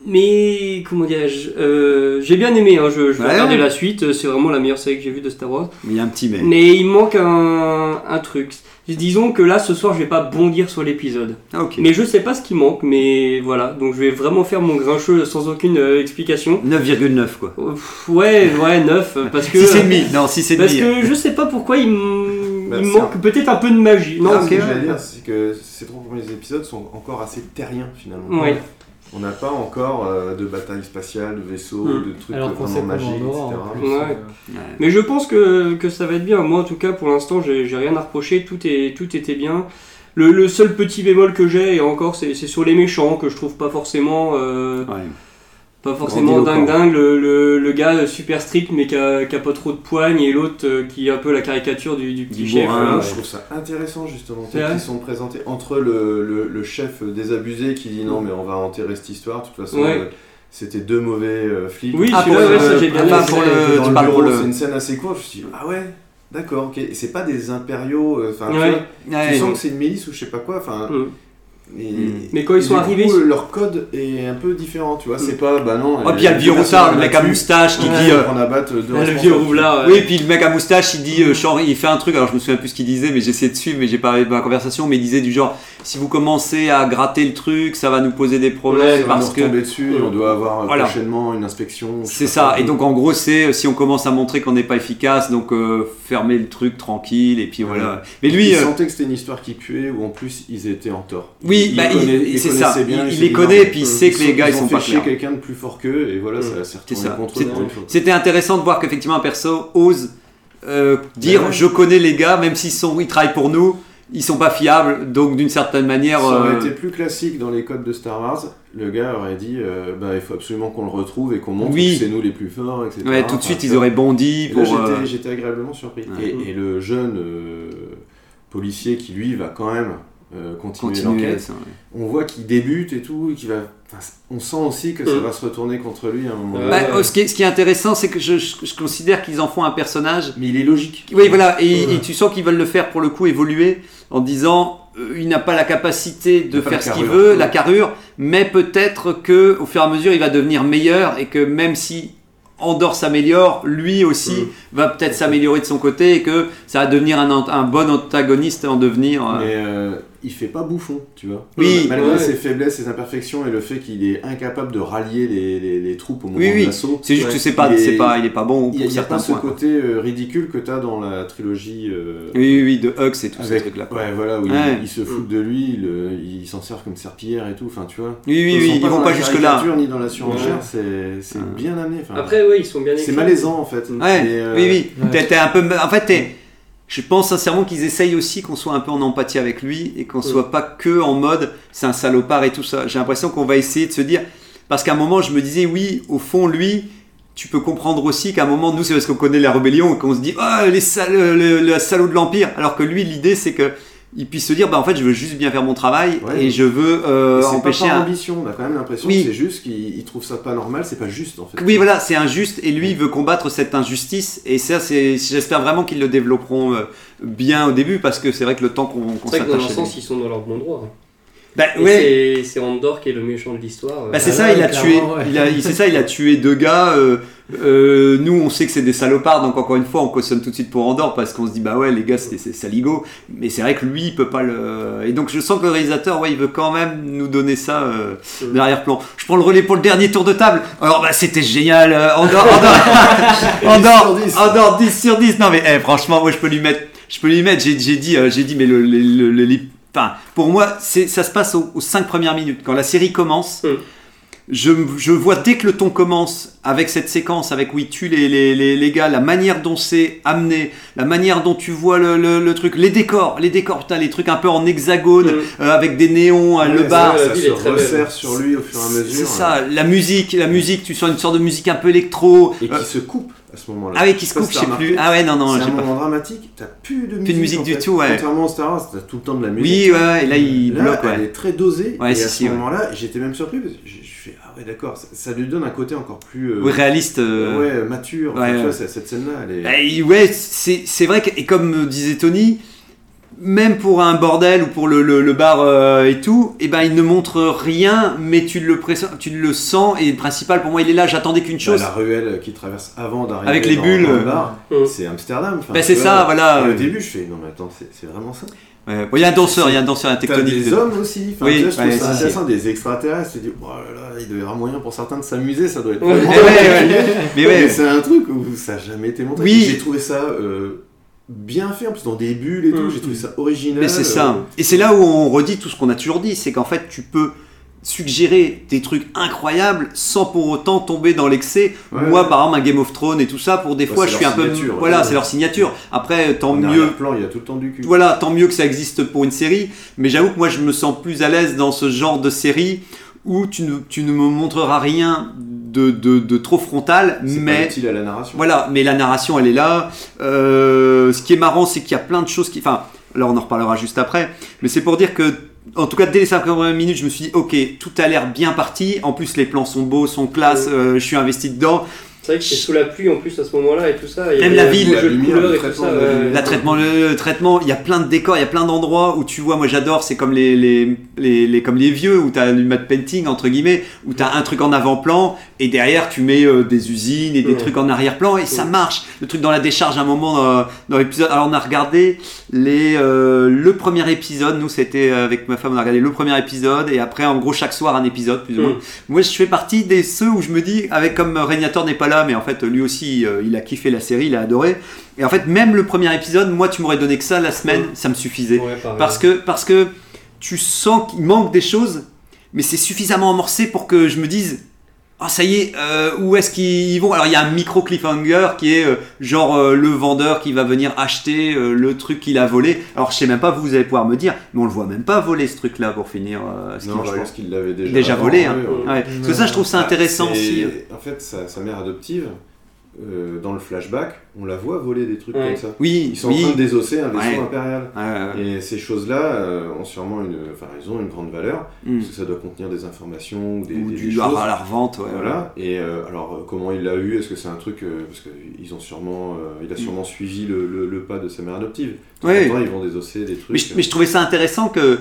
Mais. Comment dirais-je euh, J'ai bien aimé, hein, je, je vais Ouais. regarder la suite. C'est vraiment la meilleure série que j'ai vue de Star Wars. Mais il y a un petit mais. Mais il manque un, un truc. Disons que là, ce soir, je vais pas bondir sur l'épisode. Ah, ok. Mais je sais pas ce qui manque, mais voilà. Donc je vais vraiment faire mon grincheux sans aucune euh, explication. 9,9 quoi. Euh, pff, Ouais, ouais, 9, euh, parce que. 6,5. Non, 6,5. Parce que je sais pas pourquoi il, m- Bah, il c'est manque peut-être un peu de magie. Non, ok, Non, Ah, ce que ouais. j'allais dire, c'est que ces trois premiers épisodes sont encore assez terriens finalement. Ouais. On n'a pas encore euh, de bataille spatiale, de vaisseaux, Hmm. de trucs euh, Alors qu'on sait vraiment comment magiques, on aura, en plus, etc. Ouais. euh, Mais je pense que, que ça va être bien. Moi, en tout cas, pour l'instant, j'ai j'ai rien à reprocher. Tout, est, tout était bien. Le, le seul petit bémol que j'ai, et encore, c'est c'est sur les méchants que je trouve pas forcément, euh, Ouais. pas forcément dingue Grandiloquent. dingue. Le, le, le gars euh, super strict mais qui a, qui a pas trop de poigne et l'autre euh, qui est un peu la caricature du, du petit Du chef. bourrin, hein. Moi, ouais. Euh, Je trouve ça intéressant justement, C'est vrai qu'ils sont présentés entre le, le, le chef désabusé qui dit non mais on va enterrer cette histoire, de toute façon Ouais. euh, c'était deux mauvais euh, flics. euh, Oui, Ah, celui-là, pour ouais, le- ça j'ai bien Euh, ah, aimé. pour le- Dans tu le parles pour bureau, le- c'est une scène assez courte, je me suis dit ah ouais, d'accord, ok, et c'est pas des impériaux, euh, enfin tu Ouais. vois, Ouais. tu sens que c'est une milice ou je sais pas quoi, enfin... Mm. et- Mm. Mais quand ils et sont Mm. du arrivés- coup, euh, leur code est un peu différent, tu vois. C'est pas, bah non. Oh, euh, puis il y a le vieux on routard, le abattu, mec à moustache qui on dit. euh, On abatte deux Ah, le responsables. vieux roublard. Oui, ouais. et puis le mec à moustache, il dit, euh, genre, il fait un truc, alors je me souviens plus ce qu'il disait, mais j'essaie de suivre, mais j'ai pas arrivé dans la conversation, mais il disait du genre, si vous commencez à gratter le truc, ça va nous poser des problèmes, Ouais, parce parce que... Mm. tomber dessus et on doit avoir euh, Voilà. prochainement une inspection. je sais C'est pas ça, quoi. et donc en gros, c'est, euh, si on commence à montrer qu'on n'est pas efficace, donc euh, fermez le truc tranquille, et puis voilà. Mais lui... ils euh, sentaient que c'était une histoire qui puait ou en plus ils étaient en tort. Oui, Ils bah, il- connaissaient- ils c'est connaissaient ça. bien, Il- ils il se les disaient, connaît, non, et puis il sait que les gars, ils ont sont fait pas chier clairs. quelqu'un de plus fort qu'eux et voilà, ça s'est C'est retourné ça. contre eux. hein. C'est- pour une fois. C'était intéressant de voir qu'effectivement un perso ose euh, dire Ouais. je connais les gars, même s'ils sont, ils travaillent pour nous, ils sont pas fiables, donc d'une certaine manière. Ça aurait euh, été plus classique dans les codes de Star Wars. Le gars aurait dit euh, bah, il faut absolument qu'on le retrouve et qu'on montre Oui. que c'est nous les plus forts, etc. ouais, tout de Enfin, suite, tu ils vois. auraient bondi Et Hein, là, pour. j'étais- euh, j'étais agréablement surpris. ouais. Et, et le jeune euh, policier qui, lui, va quand même euh, continuer, continuer. hein. l'enquête, ça, ouais. on voit qu'il débute et tout, et qu'il va. enfin, c- on sent aussi que ça Mm. va se retourner contre lui à un moment Ouais. donné. Bah, oh, ce, qui est, ce qui est intéressant, c'est que je, je- je considère qu'ils en font un personnage. Mais il est logique. Oui, voilà, et, et tu sens qu'ils veulent le faire pour le coup évoluer en disant euh, il n'a pas la capacité de Il n'a pas faire la ce qu'il carrure. veut, la carrure, mais peut-être que au fur et à mesure, il va devenir meilleur et que même si Andorre s'améliore, lui aussi Mm. va peut-être s'améliorer de son côté et que ça va devenir un, ant- un bon antagoniste en devenir. euh. Mais euh, il fait pas bouffon, tu vois. Oui. Malgré Ouais. ses faiblesses, ses imperfections et le fait qu'il est incapable de rallier les, les- les troupes au moment Oui, oui. de l'assaut. C'est juste Ouais, que c'est pas, il est- c'est pas, il est pas bon Il pour n'y a, pas certains ce points. côté euh, ridicule que tu as dans la trilogie. euh, Oui, oui, oui, de Hux et tous ces avec- trucs-là. quoi. Ouais, voilà, où Ouais. Ils, ils se Mm. foutent de lui, le- ils s'en servent comme serpillère et tout, enfin tu vois. Oui, oui, Ils oui, sont ils dans vont pas la jusque-là. caricature ni dans la surenchère, Ouais. c'est c'est Ouais. bien amené. enfin, Après, ouais, ils sont bien c'est écrits. malaisant en fait. Ouais, mais, euh, Mm. oui, oui. Ouais. T'es- t'es un peu. En fait, t'es- je pense sincèrement qu'ils essayent aussi qu'on soit un peu en empathie avec lui et qu'on Ouais. soit pas que en mode c'est un salopard et tout ça. J'ai l'impression qu'on va essayer de se dire. Parce qu'à un moment, je me disais, oui, au fond, lui. Tu peux comprendre aussi qu'à un moment, nous, c'est parce qu'on connaît la rébellion et qu'on se dit, oh, les sal- le, le- le salaud de l'Empire. Alors que lui, l'idée, c'est que il puisse se dire, bah, en fait, je veux juste bien faire mon travail Ouais. et je veux euh, c'est empêcher pas par un, ambition, on a quand même l'impression Oui. que c'est juste qu'ils ils trouvent ça pas normal, c'est pas juste en fait. Oui, voilà, c'est injuste et lui il veut combattre cette injustice et ça, c'est, j'espère vraiment qu'ils le développeront euh, bien au début parce que c'est vrai que le temps qu'on, qu'on C'est vrai que dans s'attache. un à sens, lui- ils sont dans leur bon droit. Bah, Et ouais. c'est- c'est Andor qui est le méchant de l'histoire. Bah, c'est Ah ça, ouais, il a tué, clairement, ouais. il a, il- c'est ça, il a tué deux gars. euh, euh, nous, on sait que c'est des salopards, donc encore une fois, on cautionne tout de suite pour Andorre parce qu'on se dit bah ouais, les gars, c'était c'est saligo. Mais c'est vrai que lui, il peut pas le. Et donc, je sens que le réalisateur, ouais, il veut quand même nous donner ça euh, Mm. d'arrière-plan. Je prends le relais pour le dernier tour de table. Alors bah c'était génial, euh, Andorre, Andorre, Andorre, 10. Andorre, 10 sur 10. Non mais eh, franchement, moi je peux lui mettre, je peux lui mettre. J'ai j'ai dit, euh, j'ai dit, mais le, le, le- le- les- enfin, pour moi, c'est ça se passe aux, 5 premières minutes quand la série commence. Mm. Je, je vois dès que le ton commence avec cette séquence, avec où il tue les, les, les, les gars, la manière dont c'est amené, la manière dont tu vois le, le, le truc, les décors, les décors, putain, les trucs un peu en hexagone, Mm. euh, avec des néons, euh, le Ouais, bar, ça, la ça ville se est très belle. resserre sur lui au fur et à mesure. c'est ça, la musique, la musique, tu sens une sorte de musique un peu électro. Et qui Euh, se coupe à ce moment-là. ah oui, qui se Ça, coupe, je t'as sais remarqué plus. Ah ouais, non, non, c'est j'ai un pas. moment dramatique, t'as plus de musique. de musique en du fait. tout, ouais. Contrairement au Star Wars, t'as tout le temps de la musique. Oui, ouais, ouais, et là il Là, bloque, elle ouais. est très dosée. Ouais, et si, à si, ce ouais. moment-là, j'étais même surpris parce que je, je fais ah ouais d'accord, ça, ça lui donne un côté encore plus euh, Oui, réaliste. euh, ouais, mature. Enfin, ouais, tu vois, ouais. c'est- cette scène-là, elle est. Bah, il- ouais, c'est c'est vrai que, et comme disait Tony, même pour un bordel ou pour le, le- le bar euh, et tout, et ben il ne montre rien, mais tu le, pressens- tu le sens, et le principal pour moi il est là, j'attendais qu'une Bah, chose. la ruelle qui traverse avant d'arriver Avec les dans- bulles, dans le euh, bar, Mm. c'est Amsterdam. Enfin, Bah, tu c'est vois, ça, voilà. et euh, au début, je fais non mais attends, c'est c'est vraiment ça. ouais. Bon, il y a un danseur, il y a un danseur, il y a un T'as tectonique. des de- hommes aussi. Enfin, Oui, tu vois, je trouve ouais, ça si, si. intéressant, des extraterrestres. Tu dis oh là là, il doit y avoir moyen pour certains de s'amuser, ça doit être. Ouais. vraiment Eh ouais, ouais. Mais ouais, Mais c'est un truc où ça n'a jamais été montré. Oui. J'ai trouvé ça euh, bien fait, en plus dans des bulles et tout, Mm. j'ai trouvé ça original. Mais c'est ça. euh, Et c'est là où on redit tout ce qu'on a toujours dit, c'est qu'en fait, tu peux suggérer des trucs incroyables sans pour autant tomber dans l'excès. euh, Ouais, Moi, ouais. par exemple, un Game of Thrones et tout ça, pour des Bah, fois, c'est je suis un leur peu... signature, Voilà, ouais. c'est leur signature. Après, tant en mieux plan, il y a tout le temps du cul. voilà, tant mieux que ça existe pour une série, mais j'avoue que moi je me sens plus à l'aise dans ce genre de série où tu ne, tu ne me montreras rien de, de- de trop frontal, C'est mais pas utile à la narration. voilà, mais la narration elle est là. Euh, ce qui est marrant, c'est qu'il y a plein de choses qui. Enfin, là on en reparlera juste après, mais c'est pour dire que. En tout cas, dès les 5 premières minutes, je me suis dit, ok, tout a l'air bien parti. En plus, les plans sont beaux, sont classe, euh, je suis investi dedans. C'est vrai que c'est sous la pluie en plus à ce moment-là et tout ça. Il y Même avait la un ville, jeu la de lumière, couleurs euh, le et tout traitement ça. de la ouais. lumière. La traitement, le, le traitement, il y a plein de décors, il y a plein d'endroits où tu vois, moi j'adore, c'est comme les, les, les, les- comme les vieux, où tu as du matte painting, entre guillemets, où tu as un truc en avant-plan, et derrière tu mets euh, des usines et des Ouais. trucs en arrière-plan, et ça marche. Le truc dans la décharge, à un moment euh, dans l'épisode, alors on a regardé les, euh, le premier épisode, nous c'était euh, avec ma femme, on a regardé le premier épisode, et après en gros chaque soir un épisode, plus ou moins. Mm. Moi je fais partie des ceux où je me dis, avec comme euh, Régnator n'est pas là, mais en fait lui aussi euh, il a kiffé la série, il a adoré. Et en fait, même le premier épisode, moi, tu m'aurais donné que ça la semaine, ça me suffisait. Ouais, pareil. Parce que, parce que tu sens qu'il manque des choses, mais c'est suffisamment amorcé pour que je me dise Ah, ça y est, euh, où est-ce qu'ils vont Alors, il y a un micro cliffhanger qui est euh, genre euh, le vendeur qui va venir acheter euh, le truc qu'il a volé. Alors, je sais même pas, vous allez pouvoir me dire, mais on le voit même pas voler ce truc-là pour finir. euh, ce Non, parce qu'il l'avait déjà, Déjà avant, volé, hein. oui, oui. Ouais. Parce que ça, je trouve ça Ah, intéressant c'est- aussi. euh. En fait, sa, sa mère adoptive, euh, dans le flashback, on la voit voler des trucs Ouais. comme ça. Oui, Ils sont oui. en train de désosser un vaisseau Ouais. impérial. Ouais, ouais, ouais. Et ces choses-là euh, ont sûrement une, enfin, ils ont une grande valeur Mm. parce que ça doit contenir des informations ou des, Ou des- du des choses. à la revente, ouais. Voilà. Et euh, alors, euh, comment il l'a eu Est-ce que c'est un truc euh, parce que ils ont sûrement, euh, il a sûrement suivi le, le- le pas de sa mère adoptive. De temps Hmm. Ouais. en temps, ils vont désosser des trucs. euh, Mais je, mais je trouvais ça intéressant que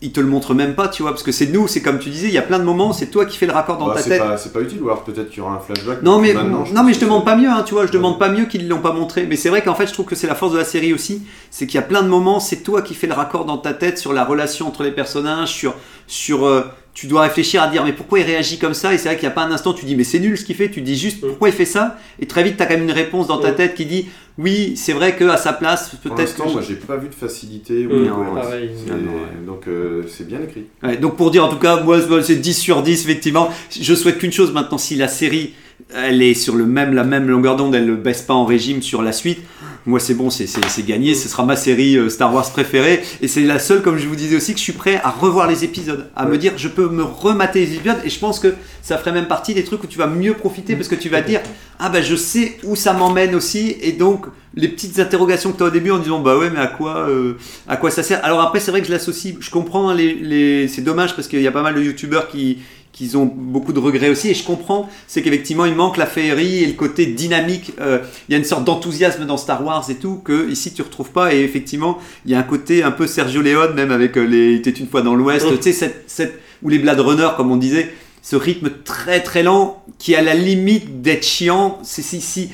il te le montre même pas, tu vois, parce que c'est nous, c'est comme tu disais, il y a plein de moments, c'est toi qui fais le raccord dans Bah, ta c'est tête. pas, c'est pas utile. Ou alors peut-être qu'il y aura un flashback. Non mais, maintenant, non, mais je demande demande pas mieux, hein, tu vois, je Ouais. demande pas mieux qu'ils l'ont pas montré. Mais c'est vrai qu'en fait, je trouve que c'est la force de la série aussi, c'est qu'il y a plein de moments, c'est toi qui fais le raccord dans ta tête sur la relation entre les personnages, sur, sur, euh, tu dois réfléchir à dire mais pourquoi il réagit comme ça. Et c'est vrai qu'il n'y a pas un instant, tu dis mais c'est nul ce qu'il fait, tu dis Mm. juste Ouais. pourquoi il fait ça. Et très vite, t'as quand même une réponse dans ta Ouais. tête qui dit oui, c'est vrai que à sa place, Pour peut-être. l'instant, que je- moi, j'ai pas vu de facilité ou Mmh, de cohérence. pareil. C'est- Ah non, ouais. Donc, euh, c'est bien écrit. Ouais, donc pour dire en tout cas, moi c'est 10 sur 10 effectivement. Je souhaite qu'une chose maintenant, si la série elle est sur le même, la même longueur d'onde, elle ne baisse pas en régime sur la suite. Moi c'est bon, c'est- c'est c'est gagné, ce sera ma série euh, Star Wars préférée. Et c'est la seule, comme je vous disais aussi, que je suis prêt à revoir les épisodes, à me dire je peux me remater les épisodes. Et je pense que ça ferait même partie des trucs où tu vas mieux profiter parce que tu vas te dire ah bah je sais où ça m'emmène aussi. Et donc les petites interrogations que tu as au début en disant bah ouais mais à quoi euh, à quoi ça sert Alors après, c'est vrai que je l'associe. Je comprends hein, les, les- C'est dommage parce qu'il y a pas mal de youtubeurs qui qui ont beaucoup de regrets aussi. Et je comprends, c'est qu'effectivement, il manque la féerie et le côté dynamique. Euh, il y a une sorte d'enthousiasme dans Star Wars et tout que ici tu retrouves pas. Et effectivement, il y a un côté un peu Sergio Leone même avec euh, les. Il était une fois dans l'Ouest. Mm. Tu sais cette, cette ou les Blade Runner comme on disait. Ce rythme très très lent qui est à la limite d'être chiant. C'est si si.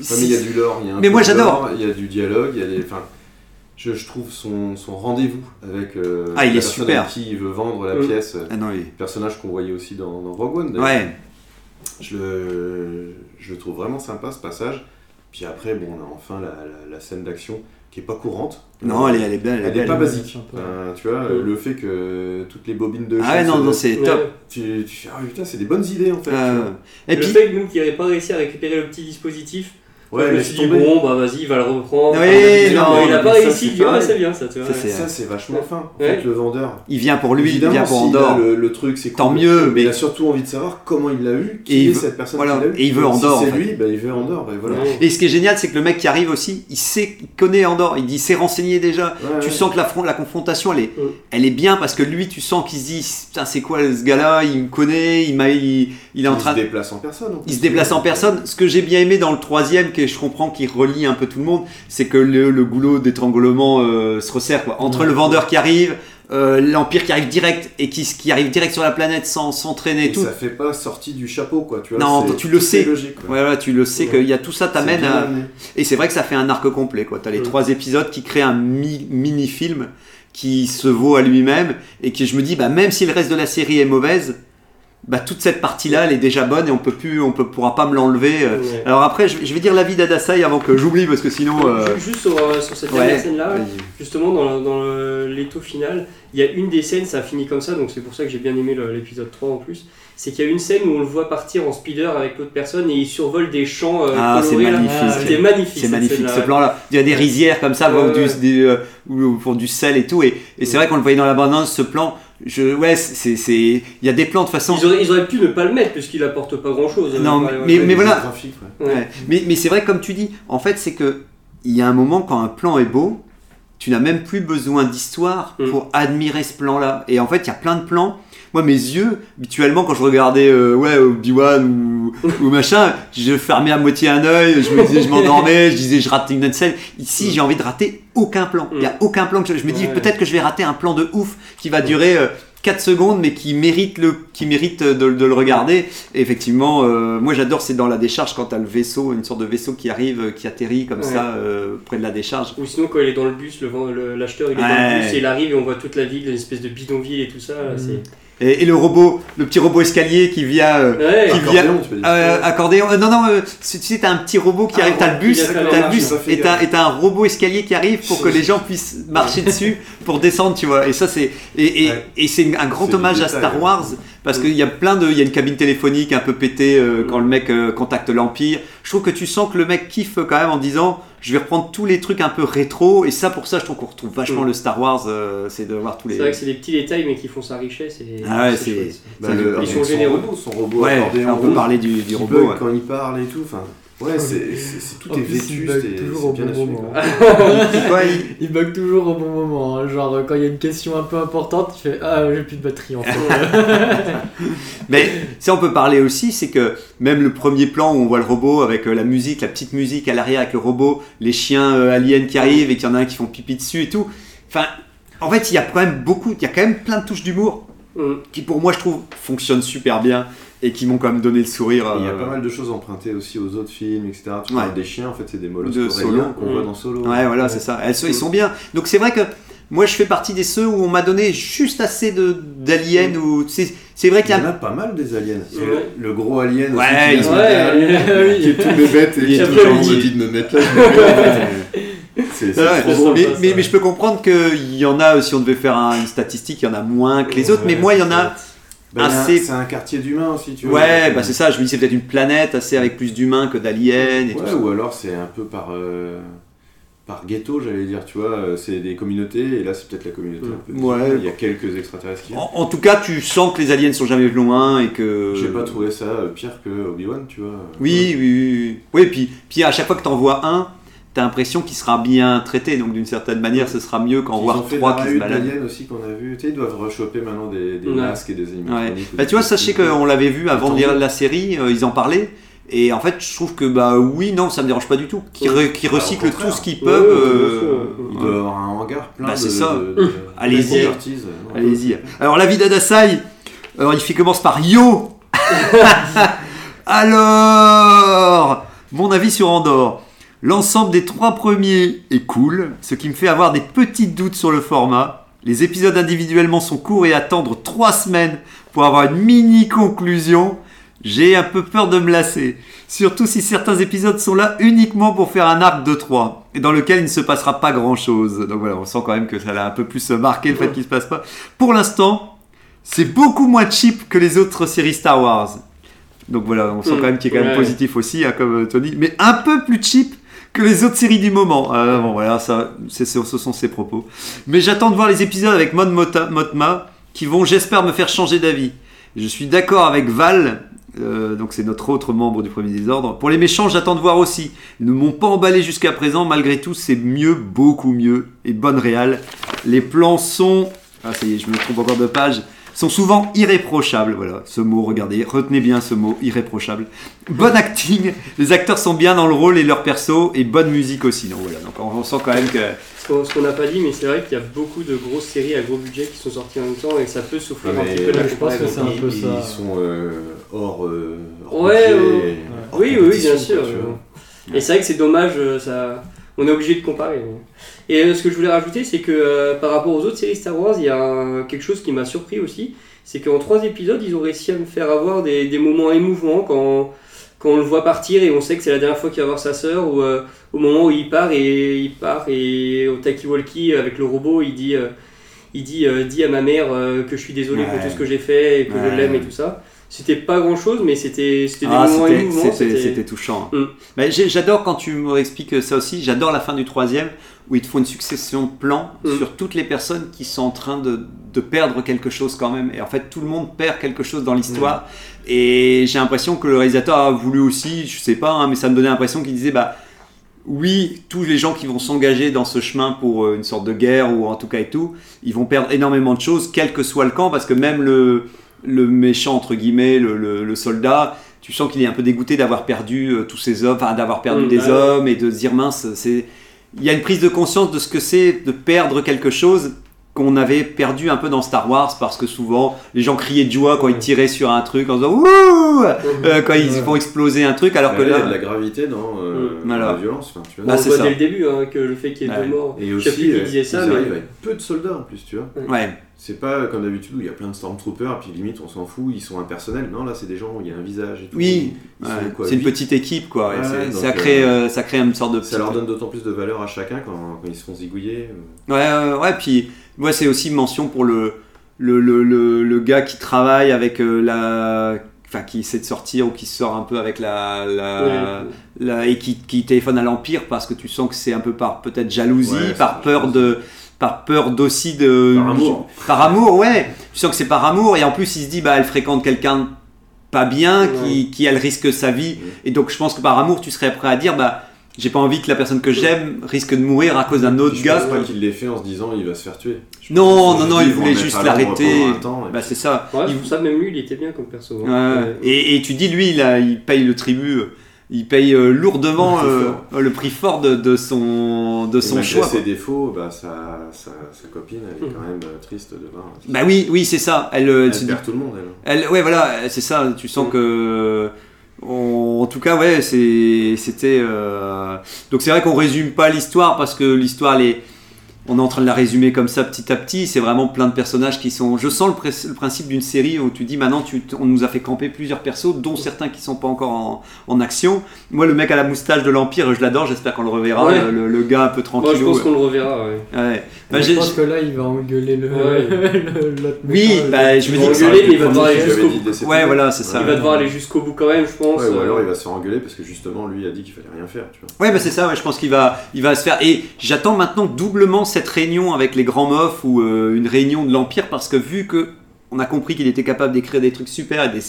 Ouais, mais il y a du lore, il y a un Mais peu moi, de j'adore. lore, Il y a du dialogue, il y a des. Enfin, je, je trouve son, son rendez-vous avec euh, Ah, il est la personne super. avec qui il veut vendre la Mm. pièce. euh, Ah non, oui. Personnage qu'on voyait aussi dans, dans Rogue One. d'ailleurs. Ouais. Je, le, je le trouve vraiment sympa ce passage. Puis après, bon, on a enfin la, la- la scène d'action qui est pas courante. Non, elle est, elle est belle. Elle est pas belle. basique. sympa. Enfin, tu vois, Mm. le fait que toutes les bobines de Ah ouais, chasse, non, euh, non, c'est Ouais. top. tu, tu fais ah putain, c'est des bonnes idées en fait. Euh, et le puis, fait même qu'il n'ait pas réussi à récupérer le petit dispositif, ouais, je me mais suis c'est dit, tombé. bon, bah vas-y, il va le reprendre. Oui, il non, a mais pas ça, réussi, c'est il dit, ah, pareil. c'est bien ça, tu vois. Ça, c'est- Ça, c'est vachement fin. En Ouais. fait, le vendeur, il vient pour lui, il Évidemment, vient pour s'il Andorre. a Le, le truc, c'est Tant cool. mieux, mais- il a surtout envie de savoir comment il l'a eu, qui Et il est veut- cette personne voilà, qui l'a eu. et il veut Andorre, Si en c'est fait. lui, bah, il veut Andorre. Et voilà. Ouais. Et ce qui est génial, c'est que le mec qui arrive aussi, il sait, il connaît Andorre, il dit, il s'est renseigné déjà. Ah Ouais, Tu ouais. sens que la, fron- la confrontation, elle est, Mm. elle est bien parce que lui, tu sens qu'il se dit, putain, c'est quoi ce gars-là Il me connaît, il m'a, il, il est en Il train se de. déplace en personne. en Il se plus. déplace en personne. Ce que j'ai bien aimé dans le troisième, que je comprends qui relie un peu tout le monde, c'est que le, le goulot d'étranglement euh, se resserre. Quoi. Entre Ouais. le vendeur qui arrive, euh, l'Empire qui arrive direct et qui, qui arrive direct sur la planète sans s'entraîner et Et tout. ça fait pas sorti du chapeau, quoi. Tu vois, Non, c'est- tu le c'est sais. logique. quoi. Voilà, tu le sais qu'il y a tout ça C'est t'amène bien à. amené. Et c'est vrai que ça fait un arc complet, quoi. T'as les Mm. trois épisodes qui créent un mi- mini-film qui se vaut à lui-même et qui, je me dis, bah, même si le reste de la série est mauvaise, bah, toute cette partie-là, elle est déjà bonne et on peut plus, on peut, pourra pas me l'enlever. euh. Ouais. Alors après, je, je vais dire l'avis d'Adasai avant que j'oublie parce que sinon. euh, Ju- Juste sur, euh, sur cette dernière Ouais. scène-là, Vas-y. justement dans, le- dans le- l'étau final, il y a une des scènes, ça finit comme ça, donc c'est pour ça que j'ai bien aimé le- l'épisode 3 en plus, c'est qu'il y a une scène où on le voit partir en speeder avec l'autre personne et il survole des champs euh, Ah, c'est colorés. là. magnifique. C'était magnifique. C'est cette magnifique scène-là, ce ouais. plan-là. Il y a des rizières comme ça Ouais, où, du, ouais. des, euh, où- où font du sel et tout. Et, et c'est vrai qu'on le voyait dans l'abondance, ce plan. Je, ouais, c'est, c'est, il y a des plans de façon. Ils auraient, ils auraient pu ne pas le mettre puisqu'il apporte pas hein. grand chose. Non, Ouais, mais les voilà. graphiques, ouais. Ouais. Ouais. Mais, mais c'est vrai, comme tu dis, en fait, c'est que il y a un moment quand un plan est beau, tu n'as même plus besoin d'histoire Mm. pour admirer ce plan-là. Et en fait, il y a plein de plans. Moi, mes yeux, habituellement, quand je regardais euh, ouais, Obi-Wan ou, ou machin, je fermais à moitié un œil, je me disais, je m'endormais, je disais, je rate une scène. Ici, j'ai envie de rater aucun plan. Il n'y a aucun plan que je, je me dis, Mm. Ouais. peut-être que je vais rater un plan de ouf qui va durer. euh, 4 secondes mais qui mérite le qui mérite de, de le regarder Et effectivement euh, moi j'adore c'est dans la décharge quand t'as le vaisseau une sorte de vaisseau qui arrive euh, qui atterrit comme Ouais. ça euh, près de la décharge Ou sinon, quand il est dans le bus, le vend- le- l'acheteur il est dans Ouais. le bus et il arrive et on voit toute la ville, une espèce de bidonville et tout ça. là, c'est- et, et le robot le petit robot escalier qui vient euh, Ouais. Qui vient- Accordéon, tu peux dire. euh, accordéon euh, non non euh, tu sais t'as un petit robot qui Ah, arrive t'as le bus il y a pas t'as le marche, bus j'ai pas fait et t'as gaffe. et t'as un robot escalier qui arrive pour que les gens puissent marcher dessus pour descendre, tu vois. Et ça, c'est et, et, Ouais. et c'est un grand C'est du hommage à détail, Star ouais. Wars Mm. parce qu'il y a plein de, il y a une cabine téléphonique un peu pétée euh, quand le mec euh, contacte l'Empire. Je trouve que tu sens que le mec kiffe euh, quand même en disant, je vais reprendre tous les trucs un peu rétro. Et ça, pour ça, je trouve qu'on retrouve vachement Mm. le Star Wars. euh, c'est de voir tous les. C'est vrai que c'est des petits détails, mais qui font sa richesse. Et Ah ouais, c'est- chouette. Bah, Ça, le- ils avec sont son généreux. robot, son robot Ouais, accordéon, on peut parler du, du qui robot. bug ouais. quand il parle et tout. Enfin, ouais, c'est c'est- c'est- tout Ah, En est plus, il vétuste bug et toujours c'est au bien bon assumé. moment. quoi. Ouais, il- Il bug toujours au bon moment. hein. Genre, euh, quand il y a une question un peu importante, il fait Ah, j'ai plus de batterie en fait. Mais ça, on peut parler aussi, c'est que même le premier plan où on voit le robot avec euh, la musique, la petite musique à l'arrière avec le robot, les chiens euh, aliens qui arrivent et qu'il y en a un qui font pipi dessus et tout. Enfin, en fait, il y a quand même beaucoup, il y a quand même plein de touches d'humour Mm. qui, pour moi, je trouve, fonctionnent super bien et qui m'ont quand même donné le sourire. Il y a euh, pas mal de choses empruntées aussi aux autres films, etc. Tu Ouais. parles des chiens, en fait, c'est des De mollusques Solo. coréens qu'on Mm. voit dans Solo. Ouais, voilà, c'est ça. Elles sont- ils sont bien. Donc c'est vrai que moi, je fais partie des ceux où on m'a donné juste assez de Mm. d'aliens ou c'est c'est vrai Il y qu'il y en a a pas mal des aliens. Ouais. Le gros alien aussi Ouais, qui vient il- se mettre derrière lui, Ouais, qui est tout bébête et Il qui est a tout toujours petit. envie de me mettre là. je me mets là. C'est C'est vrai, c'est trop sympa, drôle. mais, ça, mais- ouais. mais je peux comprendre qu'il y en a, euh, si on devait faire un- une statistique, il y en a moins que les autres, mais Ouais, moi il y en a. Bah, il y a un- assez- C'est un quartier d'humains aussi, tu vois. Ouais, bah c'est ça, je me dis c'est peut-être une planète assez avec plus d'humains que d'aliens et tout Ouais, ça. ou alors c'est un peu par, euh, par ghetto, j'allais dire, tu vois, euh, c'est des communautés, et là c'est peut-être la communauté un peu. Mm. Ouais. Oh. Il y a quelques extraterrestres qui En, en tout cas, tu sens que les aliens sont jamais loin et que. J'ai pas trouvé ça euh, pire que Obi-Wan, tu vois. Oui, oui, oui. Oui, Oui, puis, puis à chaque fois que t'en vois un, t'as l'impression qu'il sera bien traité, donc d'une certaine manière, ce sera mieux qu'en Ils ont voir fait trois la qui se rue de baladent. l'alien aussi qu'on a vu. Tu sais, ils doivent rechoper maintenant des, des Ouais. masques et des animatroniques. ou Bah, des tu vois, trucs sachez comme ça. qu'on l'avait vu avant de euh, Attends. lire la série, euh, ils en parlaient. Et en fait, je trouve que bah oui, non, ça me dérange pas du tout. Qu'ils re- qu'ils Bah, au recyclent tout contraire. ce qu'ils Ouais, peuvent. ouais, tout à euh, fait, ouais. Il ouais. doit avoir un hangar plein Bah, de. c'est ça. de- de- Allez-y. d'expertise. Allez-y. Alors, la vie d'Adasai. Alors, il fait- commence par Yo. Alors, mon avis sur Andorre. L'ensemble des trois premiers est cool, ce qui me fait avoir des petits doutes sur le format. Les épisodes individuellement sont courts et attendre trois semaines pour avoir une mini conclusion. J'ai un peu peur de me lasser. Surtout si certains épisodes sont là uniquement pour faire un arc de 3 et dans lequel il ne se passera pas grand chose. Donc voilà, on sent quand même que ça l'a un peu plus marqué le fait qu'il se passe pas. Pour l'instant, c'est beaucoup moins cheap que les autres séries Star Wars. Donc voilà, on sent Mm, quand même qu'il est quand même ouais. positif aussi, hein, comme euh, Tony, mais un peu plus cheap que les autres séries du moment. Ah, bon voilà, ça, c'est- c'est- ce sont ses propos. Mais j'attends de voir les épisodes avec Mon Mota- Motma qui vont, j'espère, me faire changer d'avis. Je suis d'accord avec Val, euh, donc c'est notre autre membre du premier désordre. Pour les méchants, j'attends de voir aussi. Ils ne m'ont pas emballé jusqu'à présent, malgré tout, c'est mieux, beaucoup mieux, et bonne réal. Les plans sont. Ah, ça y est, je me trompe encore de page. Sont souvent irréprochables, voilà ce mot, regardez, retenez bien ce mot, irréprochable. Bon acting, les acteurs sont bien dans le rôle et leur perso, et bonne musique aussi. Donc voilà, donc on sent quand même que. Ce qu'on- ce qu'on n'a pas dit, mais c'est vrai qu'il y a beaucoup de grosses séries à gros budget qui sont sorties en même temps et que ça peut souffrir Ouais, un mais- petit peu de la Ouais, je pense que comparaison. c'est un peu Ils- ça. Ils sont euh, hors. euh, hors Ouais, ouais. budget et hors Oui, oui, compétition, bien quoi, sûr. tu vois. Et c'est vrai que c'est dommage, euh, ça... on est obligé de comparer. mais- Et euh, ce que je voulais rajouter, c'est que euh, par rapport aux autres séries Star Wars, il y a un- quelque chose qui m'a surpris aussi, c'est qu'en trois épisodes, ils ont réussi à me faire avoir des, des moments émouvants quand, quand on le voit partir et on sait que c'est la dernière fois qu'il va voir sa sœur, ou euh, au moment où il part et il part et au talkie-walkie avec le robot, il dit, euh, il dit, euh, dis à ma mère euh, que je suis désolé Ouais. pour tout ce que j'ai fait et que Ouais. je l'aime et tout ça. C'était pas grand chose, mais c'était c'était des Ah, moments c'était- émouvants. c'était- c'était- C'était touchant. Mm. Mais j'ai- j'adore quand tu me expliques ça aussi. J'adore la fin du troisième où ils te font une succession de plans Mm. sur toutes les personnes qui sont en train de, de perdre quelque chose quand même. Et en fait, tout le monde perd quelque chose dans l'histoire. Mm. Et j'ai l'impression que le réalisateur a voulu aussi, je sais pas, hein, mais ça me donnait l'impression qu'il disait bah oui, tous les gens qui vont s'engager dans ce chemin pour euh, une sorte de guerre ou en tout cas et tout, ils vont perdre énormément de choses, quel que soit le camp, parce que même le, le méchant, entre guillemets, le, le- le soldat, tu sens qu'il est un peu dégoûté d'avoir perdu euh, tous ses hommes, enfin d'avoir perdu Mm, des bah ouais. hommes et de se dire mince, c'est... il y a une prise de conscience de ce que c'est de perdre quelque chose qu'on avait perdu un peu dans Star Wars parce que souvent les gens criaient de joie quand ils tiraient sur un truc en disant Wouh! Euh, quand ils Ouais. font exploser un truc alors Bah, que là, il y là a de la gravité dans, euh, Mm. dans Voilà. la violence. enfin, tu vois. Bah, on c'est voit ça. dès le début hein, que le fait qu'il y ait Ouais. deux morts. et je sais aussi, plus qui euh, disait ça, ils mais arrivent avec peu de soldats en plus, tu vois. ouais C'est pas comme d'habitude où il y a plein de stormtroopers et puis limite on s'en fout, ils sont impersonnels. Non, là c'est des gens où il y a un visage et tout. Oui, Ils sont ouais, quoi, c'est une huit petite équipe quoi. et Ouais, c'est- donc, ça, crée, euh, euh, ça crée une sorte de. Ça leur donne d'autant plus de valeur à chacun quand, quand ils se font zigouiller. Ouais, ouais, ouais, puis moi c'est aussi mention pour le, le, le, le, le gars qui travaille avec euh, la. Enfin, qui essaie de sortir ou qui sort un peu avec la. la, Ouais. la- et qui, qui téléphone à l'Empire parce que tu sens que c'est un peu par peut-être jalousie, Ouais, par c'est- peur de. Par peur d'aussi de. Par amour. Par amour, ouais. Tu sens que c'est par amour et en plus il se dit, bah elle fréquente quelqu'un de pas bien, qui, qui elle risque sa vie. Et donc je pense que par amour tu serais prêt à dire, bah. J'ai pas envie que la personne que j'aime risque de mourir à cause d'un autre je gars. pense pas qu'il l'ait fait en se disant il va se faire tuer. Je Non, pense non, qu'ils se non, disent, il vont voulait le mettre juste à l'ombre l'arrêter. pendant un temps, et Bah puis- c'est ça. Ouais, je Il- trouve ça, même lui, il était bien comme perso. Ouais, hein. ouais. Et, et tu dis lui, il, a- il paye le tribut, euh, il paye euh, lourdement Le prix euh, fort. euh, le prix fort de, de son de Et son malgré choix. ses quoi. défauts, bah, sa, sa- sa copine, elle est Mm. quand même euh, triste de voir. Bah oui, oui, c'est ça. Elle, euh, elle elle se dit- perd tout le monde, elle. elle- ouais, voilà, c'est ça. Tu Mm. sens que, on- en tout cas, ouais, c'est- c'était. euh, Donc c'est vrai qu'on résume pas l'histoire parce que l'histoire, elle est- on est en train de la résumer comme ça petit à petit. C'est vraiment plein de personnages qui sont. Je sens le, pres- le principe d'une série où tu dis maintenant, tu, on nous a fait camper plusieurs persos, dont certains qui sont pas encore en, en action. Moi, le mec à la moustache de l'Empire, je l'adore. J'espère qu'on le reverra. Ouais. Le, le gars un peu Moi, je tranquille. pense qu'on le reverra. ouais. Bah, Mais je pense que là, il va engueuler le. Ouais. le- l'autre euh, Oui, méchant, bah, le- je me Ils dis vont que ça aurait engueuler, pu mais il va prendre- devoir aller Je lui avais jusqu'au dit bout. dès cette Ouais, année. voilà, c'est ça. Il va devoir aller jusqu'au bout quand même, je pense. Ouais, ou alors euh, il va se faire engueuler parce que justement lui a dit qu'il fallait rien faire, tu vois. Ouais, bah c'est ça, ouais, je pense qu'il va, il va se faire. Et j'attends maintenant doublement cette réunion avec les grands mofs ou euh, une réunion de l'Empire parce que vu que on a compris qu'il était capable d'écrire des trucs super et des,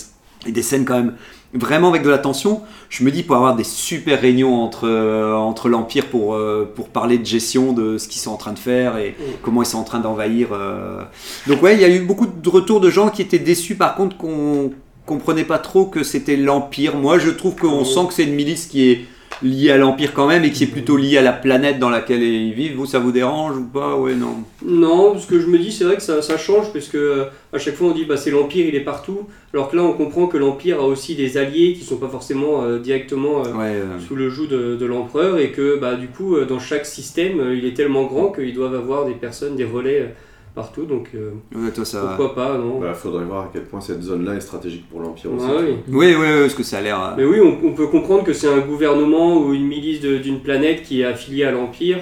et des scènes quand même vraiment avec de la tension, je me dis pour avoir des super réunions entre, euh, entre l'Empire pour, euh, pour parler de gestion, de ce qu'ils sont en train de faire et comment ils sont en train d'envahir. euh. Donc, ouais, il y a eu beaucoup de retours de gens qui étaient déçus par contre qu'on comprenait pas trop que c'était l'Empire. Moi, je trouve qu'on sent que c'est une milice qui est liée à l'Empire quand même et qui est plutôt liée à la planète dans laquelle ils vivent. Vous, ça vous dérange ou pas Ouais, non. euh, Non, parce que je me dis, c'est vrai que ça, ça change, parce que euh, à chaque fois on dit bah, c'est l'Empire, il est partout, alors que là on comprend que l'Empire a aussi des alliés qui sont pas forcément euh, directement euh, Ouais, euh, sous le joug de, de l'Empereur, et que bah, du coup euh, dans chaque système euh, il est tellement grand qu'ils doivent avoir des personnes, des relais euh, partout, donc euh, ouais, toi, ça. pourquoi pas, non Bah, faudrait voir à quel point cette zone-là est stratégique pour l'Empire aussi. Ouais, oui. Oui, oui, oui, parce que ça a l'air. euh, Mais oui, on, on peut comprendre que c'est un gouvernement ou une milice de- d'une planète qui est affiliée à l'Empire,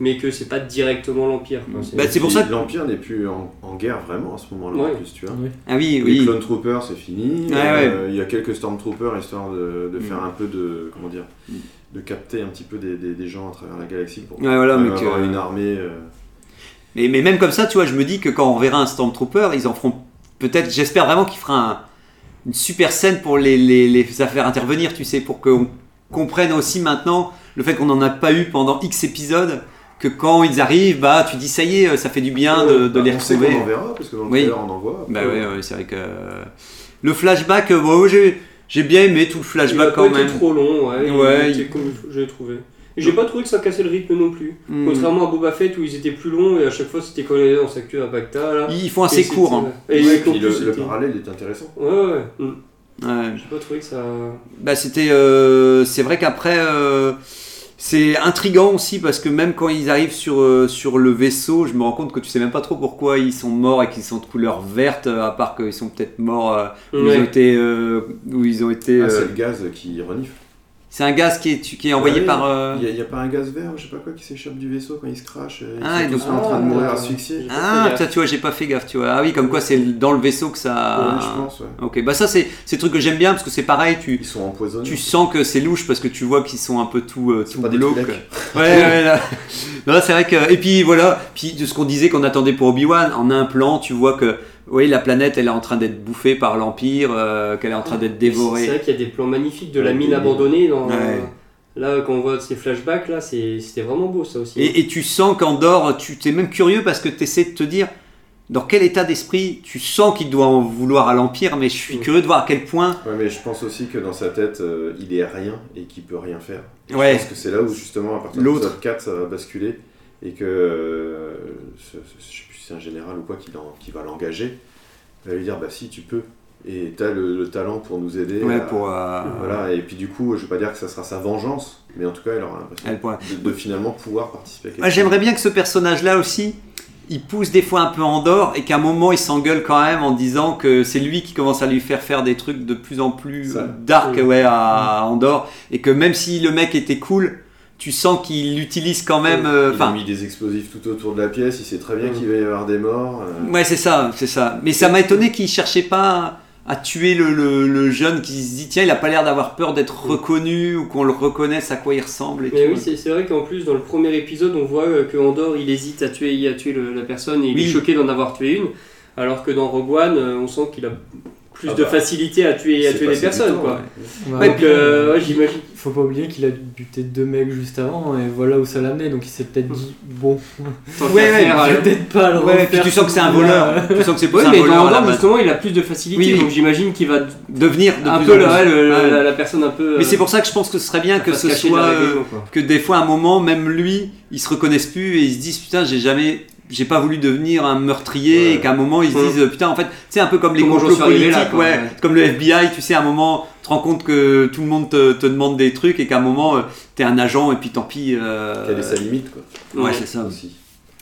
mais que c'est pas directement l'Empire. quoi. C'est- Bah, c'est pour Et ça puis, L'Empire n'est plus en, en guerre vraiment à ce moment-là Ouais. en plus, tu vois. Oui. Ah oui, Les oui. Ah Clone Troopers, c'est fini. Ouais, Euh, Il y a quelques Stormtroopers histoire de, de Mm. faire un peu de. Comment dire Mm. De capter un petit peu des, des- des gens à travers la galaxie pour Ouais, voilà, même mais que- avoir une armée. euh, Mais, mais même comme ça, tu vois, je me dis que quand on verra un Stormtrooper, ils en feront peut-être. J'espère vraiment qu'il fera un- une super scène pour les, les, les à faire intervenir, tu sais, pour qu'on comprenne aussi maintenant le fait qu'on n'en a pas eu pendant X épisodes. Que quand ils arrivent, bah, tu dis ça y est, ça fait du bien de, de bah, les on sait retrouver. qu'on en verra, parce que dans le Oui. trailer, on en voit. Bah Après, ouais, ouais, c'est vrai que euh, le flashback, euh, bon, j'ai j'ai bien aimé tout le Il a flashback pas quand été même. trop long, ouais. Il Ouais, était il- comme je l'ai trouvé. Et J'ai pas trouvé que ça cassait le rythme non plus. Hmm. Contrairement à Boba Fett où ils étaient plus longs et à chaque fois c'était collé dans sa queue à Bacta. Là. Ils font assez Et court. hein. c'était- Et Ouais, en puis plus, le, le c'était- parallèle est intéressant. Ouais, ouais. hmm. Ouais. J'ai pas trouvé que ça. Bah c'était, euh, c'est vrai qu'après, euh, c'est intrigant aussi parce que même quand ils arrivent sur euh, sur le vaisseau, je me rends compte que tu sais même pas trop pourquoi ils sont morts et qu'ils sont de couleur verte, euh, à part qu'ils sont peut-être morts euh, où ils ont Ouais. été, euh, où ils ont été. Ah, c'est euh, le gaz qui renifle. c'est un gaz qui est tu- qui est envoyé Ouais, par. euh, Il n'y a, il y a pas un gaz vert, ou je sais pas quoi, qui s'échappe du vaisseau quand il se crache. euh, Ah, ils et sont donc- tous en train de Ah, mourir d'accord. asphyxiés. Ah, J'ai pas fait putain, tu vois, j'ai pas fait gaffe, tu vois. Ah oui, comme quoi c'est dans le vaisseau que ça. Ouais, je pense, ouais. Ok, bah ça c'est c'est le truc que j'aime bien parce que c'est pareil, tu Ils sont empoisonnés. tu sens que c'est louche parce que tu vois qu'ils sont un peu tout euh, tout pas des glauques. Twi'lek. Ouais, ouais, là. Non, c'est vrai que. Et puis voilà, puis de ce qu'on disait qu'on attendait pour Obi-Wan, en un plan, tu vois que oui, la planète, elle est en train d'être bouffée par l'Empire, euh, qu'elle est en train d'être C'est dévorée. vrai qu'il y a des plans magnifiques de la Ouais, mine des- abandonnée. Dans... Ouais. Là, quand on voit ces flashbacks, là, c'est- c'était vraiment beau ça aussi. Et, et tu sens qu'Andorre, tu t'es même curieux parce que tu essaies de te dire dans quel état d'esprit tu sens qu'il doit en vouloir à l'Empire, mais je suis Mm. curieux de voir à quel point. Ouais, mais je pense aussi que dans sa tête, euh, il est rien et qu'il peut rien faire. Ouais. Je pense que c'est là où justement, à partir de L'autre. l'épisode 4, ça va basculer et que euh, ce- ce- je sais plus si c'est un général ou quoi qui, l'en- qui va l'engager, va lui dire bah si tu peux et t'as le, le talent pour nous aider. à- Ouais, pour. euh, Voilà, et puis du coup, je vais pas dire que ça sera sa vengeance, mais en tout cas, elle aura l'impression elle pourra- de, de finalement pouvoir participer à quelque Moi, chose. j'aimerais bien que ce personnage-là aussi, il pousse des fois un peu en dehors et qu'à un moment il s'engueule quand même en disant que c'est lui qui commence à lui faire faire des trucs de plus en plus Ça. dark Oui. ouais, à Mm. à Andorre et que même si le mec était cool, tu sens qu'il l'utilise quand même. euh, il a Enfin, mis des explosifs tout autour de la pièce, il sait très bien Mm. qu'il va y avoir des morts. euh, ouais, c'est ça, c'est ça. Mais ça m'a étonné qu'il cherchait pas à tuer le, le- le jeune qui se dit tiens, il a pas l'air d'avoir peur d'être Oui. reconnu ou qu'on le reconnaisse à quoi il ressemble. Et Mm. Mais tout. oui, c'est c'est vrai qu'en plus, dans le premier épisode, on voit euh, que Andor, il hésite à tuer, à tuer le- la personne et il Oui. est choqué d'en avoir tué une. Alors que dans Rogue One, euh, on sent qu'il a plus Ah de bah, facilité à tuer, à c'est tuer des passé du personnes. temps, hein. quoi. ouais. Bah, Donc, après, euh, ouais, j'imagine. Faut pas oublier qu'il a buté deux mecs juste avant et voilà où ça l'a amené donc il s'est peut-être dit bon, tant Ouais, qu'à ouais, faire, Ah, je euh, vais peut-être pas le Ouais, refaire. puis tu sens que c'est un voleur. tu sens que c'est plus ouais, un mais voleur dans à la Andor, base. justement, il a plus de facilité. Oui, oui. Donc j'imagine qu'il va Devenir de un plus peu en le- plus. ouais, le- Ouais. la, la personne un peu. euh, Mais c'est pour ça que je pense que ce serait bien que ce soit euh, que des fois à un moment même lui, il se reconnaisse plus et il se disent putain, j'ai jamais j'ai pas voulu devenir un meurtrier Ouais. et qu'à un moment ils se Mm. disent putain en fait c'est un peu comme les Comment j'en complots suis arrivé politiques là, quoi, ouais, ouais. comme le FBI tu sais à un moment tu te rends compte que tout le monde te, te demande des trucs et qu'à un moment euh, t'es un agent et puis tant pis euh, Quelle est sa limite, quoi. ouais c'est ça Aussi.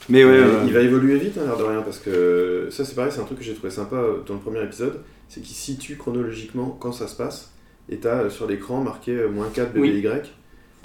mais ouais, Mais ouais. Euh, Il va évoluer vite, hein, l'air de rien, parce que ça, c'est pareil, c'est un truc que j'ai trouvé sympa euh, dans le premier épisode, c'est qu'il situe chronologiquement quand ça se passe, et t'as euh, sur l'écran marqué euh, moins 4 Oui. BBY.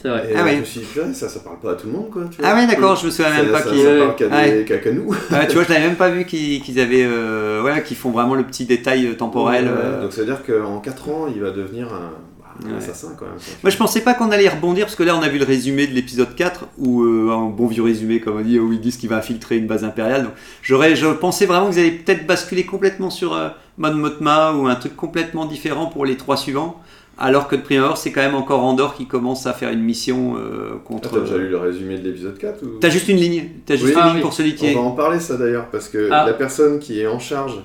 C'est vrai. Et Ah euh, ouais. je me suis dit, Putain, ça, ça parle pas à tout le monde, quoi. Tu vois. ah ouais d'accord je me souviens Ça- même pas ça- qu'il ça Ouais. parle qu'à des- Ouais. qu'à- qu'à nous. Ouais, tu vois, je l'avais même pas vu qu'ils qu'ils avaient, euh, ouais, qu'ils font vraiment le petit détail euh, temporel. Ouais, euh. Donc ça veut dire qu'en 4 ans, il va devenir un, bah, un Ouais. assassin quand même. Moi, je pensais pas qu'on allait y rebondir parce que là, on a vu le résumé de l'épisode 4 où euh, un bon vieux résumé, comme on dit, où ils disent qu'il va infiltrer une base impériale. Donc, j'aurais, je pensais vraiment que vous allez peut-être basculer complètement sur euh, Mon Mothma ou un truc complètement différent pour les trois suivants. Alors que de prime abord, c'est quand même encore Andorre qui commence à faire une mission euh, Ah, contre. T'as déjà lu le résumé de l'épisode 4 ou... T'as juste une ligne. T'as juste Oui. une Ah, ligne oui. pour celui qui On est. va en parler ça d'ailleurs, parce que Ah. la personne qui est en charge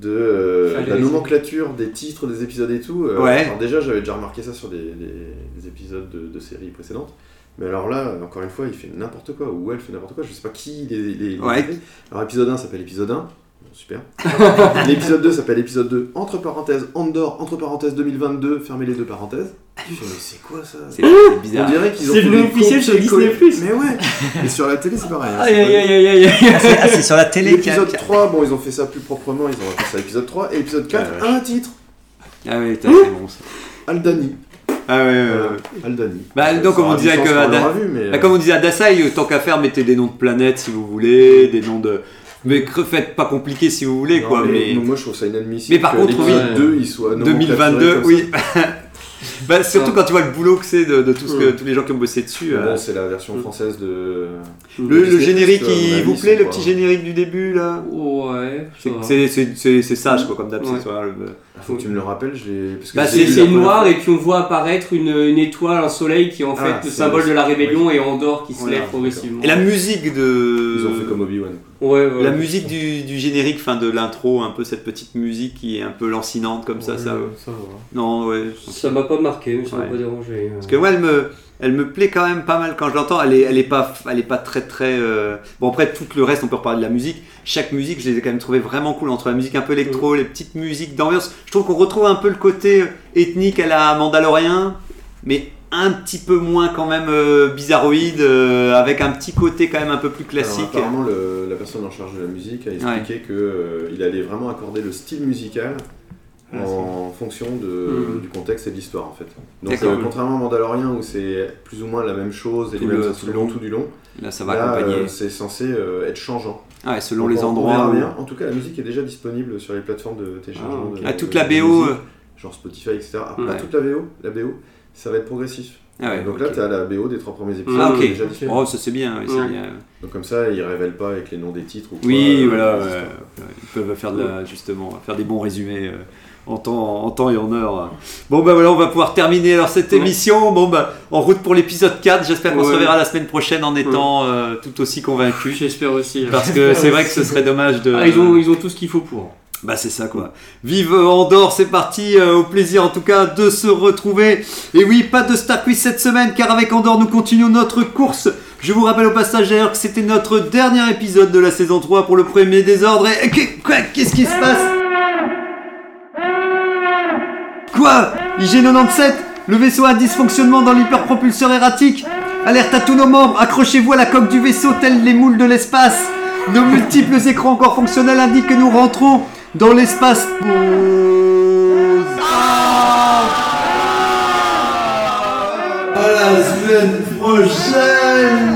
de euh, Fallait la les- nomenclature des titres des épisodes et tout, euh, Ouais. alors déjà j'avais déjà remarqué ça sur des, des- des épisodes de, de séries précédentes, mais alors là, encore une fois, il fait n'importe quoi, ou elle fait n'importe quoi, je sais pas qui les, les- les Ouais. fait. Alors épisode 1 s'appelle épisode 1, Bon, super. L'épisode 2 s'appelle épisode 2, entre parenthèses, Andorre, entre parenthèses 2022, fermez les deux parenthèses. Tu fais, mais c'est quoi ça C'est c'est on bizarre. dirait qu'ils ont C'est fait le nom des officiel sur copier-coller. Disney+. Mais ouais Et sur la télé, c'est pareil. hein, Aïe c'est aïe pas- aïe aïe aïe. Ah, c'est ah, c'est sur la télé. qu'il y a- L'épisode 3, bon, ils ont fait ça plus proprement, ils ont appelé ça épisode 3. Et épisode 4, Ouais, un titre Ah ouais, putain, c'est bon ça. Aldani. Ah ouais, ouais, ouais. Voilà, Aldani. Bah, Ça, donc, ça on aura du dirait sens que quand on Alda- l'aura vu, mais. Bah, comme on disait à Dassaï, euh, tant qu'à faire, mettez des noms de planètes si vous voulez, des noms de. Mais que- faites pas compliqué si vous voulez, non, quoi. euh, mais- Mais, Moi, je trouve ça inadmissible. Mais par que contre, oui. l'épisode 2, il soit nomenclaturé 2022, comme ça. oui. bah, surtout quand tu vois le boulot que c'est de, de tout ce que, tous les gens qui ont bossé dessus. Bon, euh. c'est la version française de. Le, le Disney+, générique, quoi, euh, à mon il avis, vous plaît, c'est le pas- petit générique du début, là Ouais. ça C'est- va. c'est- C'est c'est- c'est sage, quoi, comme d'hab. Ouais. c'est ça, le- Faut que tu me le rappelles, je l'ai. parce que Bah, je l'ai C'est vu c'est la première noir fois. et puis on voit apparaître une, une étoile, un soleil qui est en Ah, fait le c'est- symbole de la rébellion et Andorre qui se Voilà, lève d'accord. progressivement. Et la musique de. Ils ont fait comme Obi-Wan. quoi. Ouais, ouais. La musique du, du générique, fin de l'intro, un peu cette petite musique qui est un peu lancinante comme ça, ça. ouais. Non, ouais. Ça m'a pas marqué, mais ça Ouais. m'a pas dérangé. euh. Parce que moi, elle me, elle me plaît quand même pas mal quand je l'entends. Elle est, elle est pas, elle est pas très très. euh, Bon après tout le reste, on peut reparler de la musique. Chaque musique, je les ai quand même trouvées vraiment cool entre la musique un peu électro, les petites musiques d'ambiance. Je trouve qu'on retrouve un peu le côté euh, ethnique à la Mandalorian, mais un petit peu moins quand même euh, bizarroïde, euh, avec un petit côté quand même un peu plus classique. Alors, apparemment, le- la personne en charge de la musique a expliqué que euh, il allait vraiment accorder le style musical Ah, en fonction de- Mm. du contexte et de l'histoire en fait. Donc Hmm. D'accord. euh, contrairement à Mandalorian où c'est plus ou moins la même chose et Tout les mêmes le- instruments tout le long. tout du long, Là, ça va là, accompagner. Ah euh, c'est censé euh, être changeant. Ouais, selon Donc, les on- on endroits. verra où- bien. En tout cas, la musique est déjà disponible sur les plateformes de téléchargement. Ah, ok. de- Ah, toute de- la de BO. musique, euh, genre Spotify, etc. Ah, Ouais. Pas toute la BO, la BO, ça va être progressif. Ah ouais, Donc ok. là, tu as la BO des trois premiers épisodes Ah, qui ok. est déjà disponible. Oh, ça c'est bien. ouais, c'est Ouais. bien. Donc comme ça, ils révèlent pas avec les noms des titres ou quoi, Oui, euh, voilà, les ouais, histoires. ouais, ils peuvent faire de la- justement faire des bons résumés euh, en, temps, en temps et en heure. Bon, ben voilà, on va pouvoir terminer alors cette Ouais. émission. Bon, ben, en route pour l'épisode 4. J'espère qu'on se Ouais. reverra la semaine prochaine en étant euh, tout aussi convaincus. J'espère aussi. hein. Parce que c'est vrai que ce serait dommage de. Ah, ils, ont, ils ont tout ce qu'il faut pour. Bah c'est ça quoi. Vive Andorre, c'est parti. euh, au plaisir en tout cas de se retrouver. Et oui, pas de Star Quiz cette semaine car avec Andorre nous continuons notre course. Je vous rappelle au passage d'ailleurs que c'était notre dernier épisode de la saison 3 pour le premier désordre. Et Qu- quoi Qu'est-ce qui se passe Quoi IG97 Le vaisseau a un dysfonctionnement dans l'hyperpropulseur erratique Alerte à tous nos membres, accrochez-vous à la coque du vaisseau tels les moules de l'espace Nos multiples écrans encore fonctionnels indiquent que nous rentrons dans l'espace. pause. À la semaine prochaine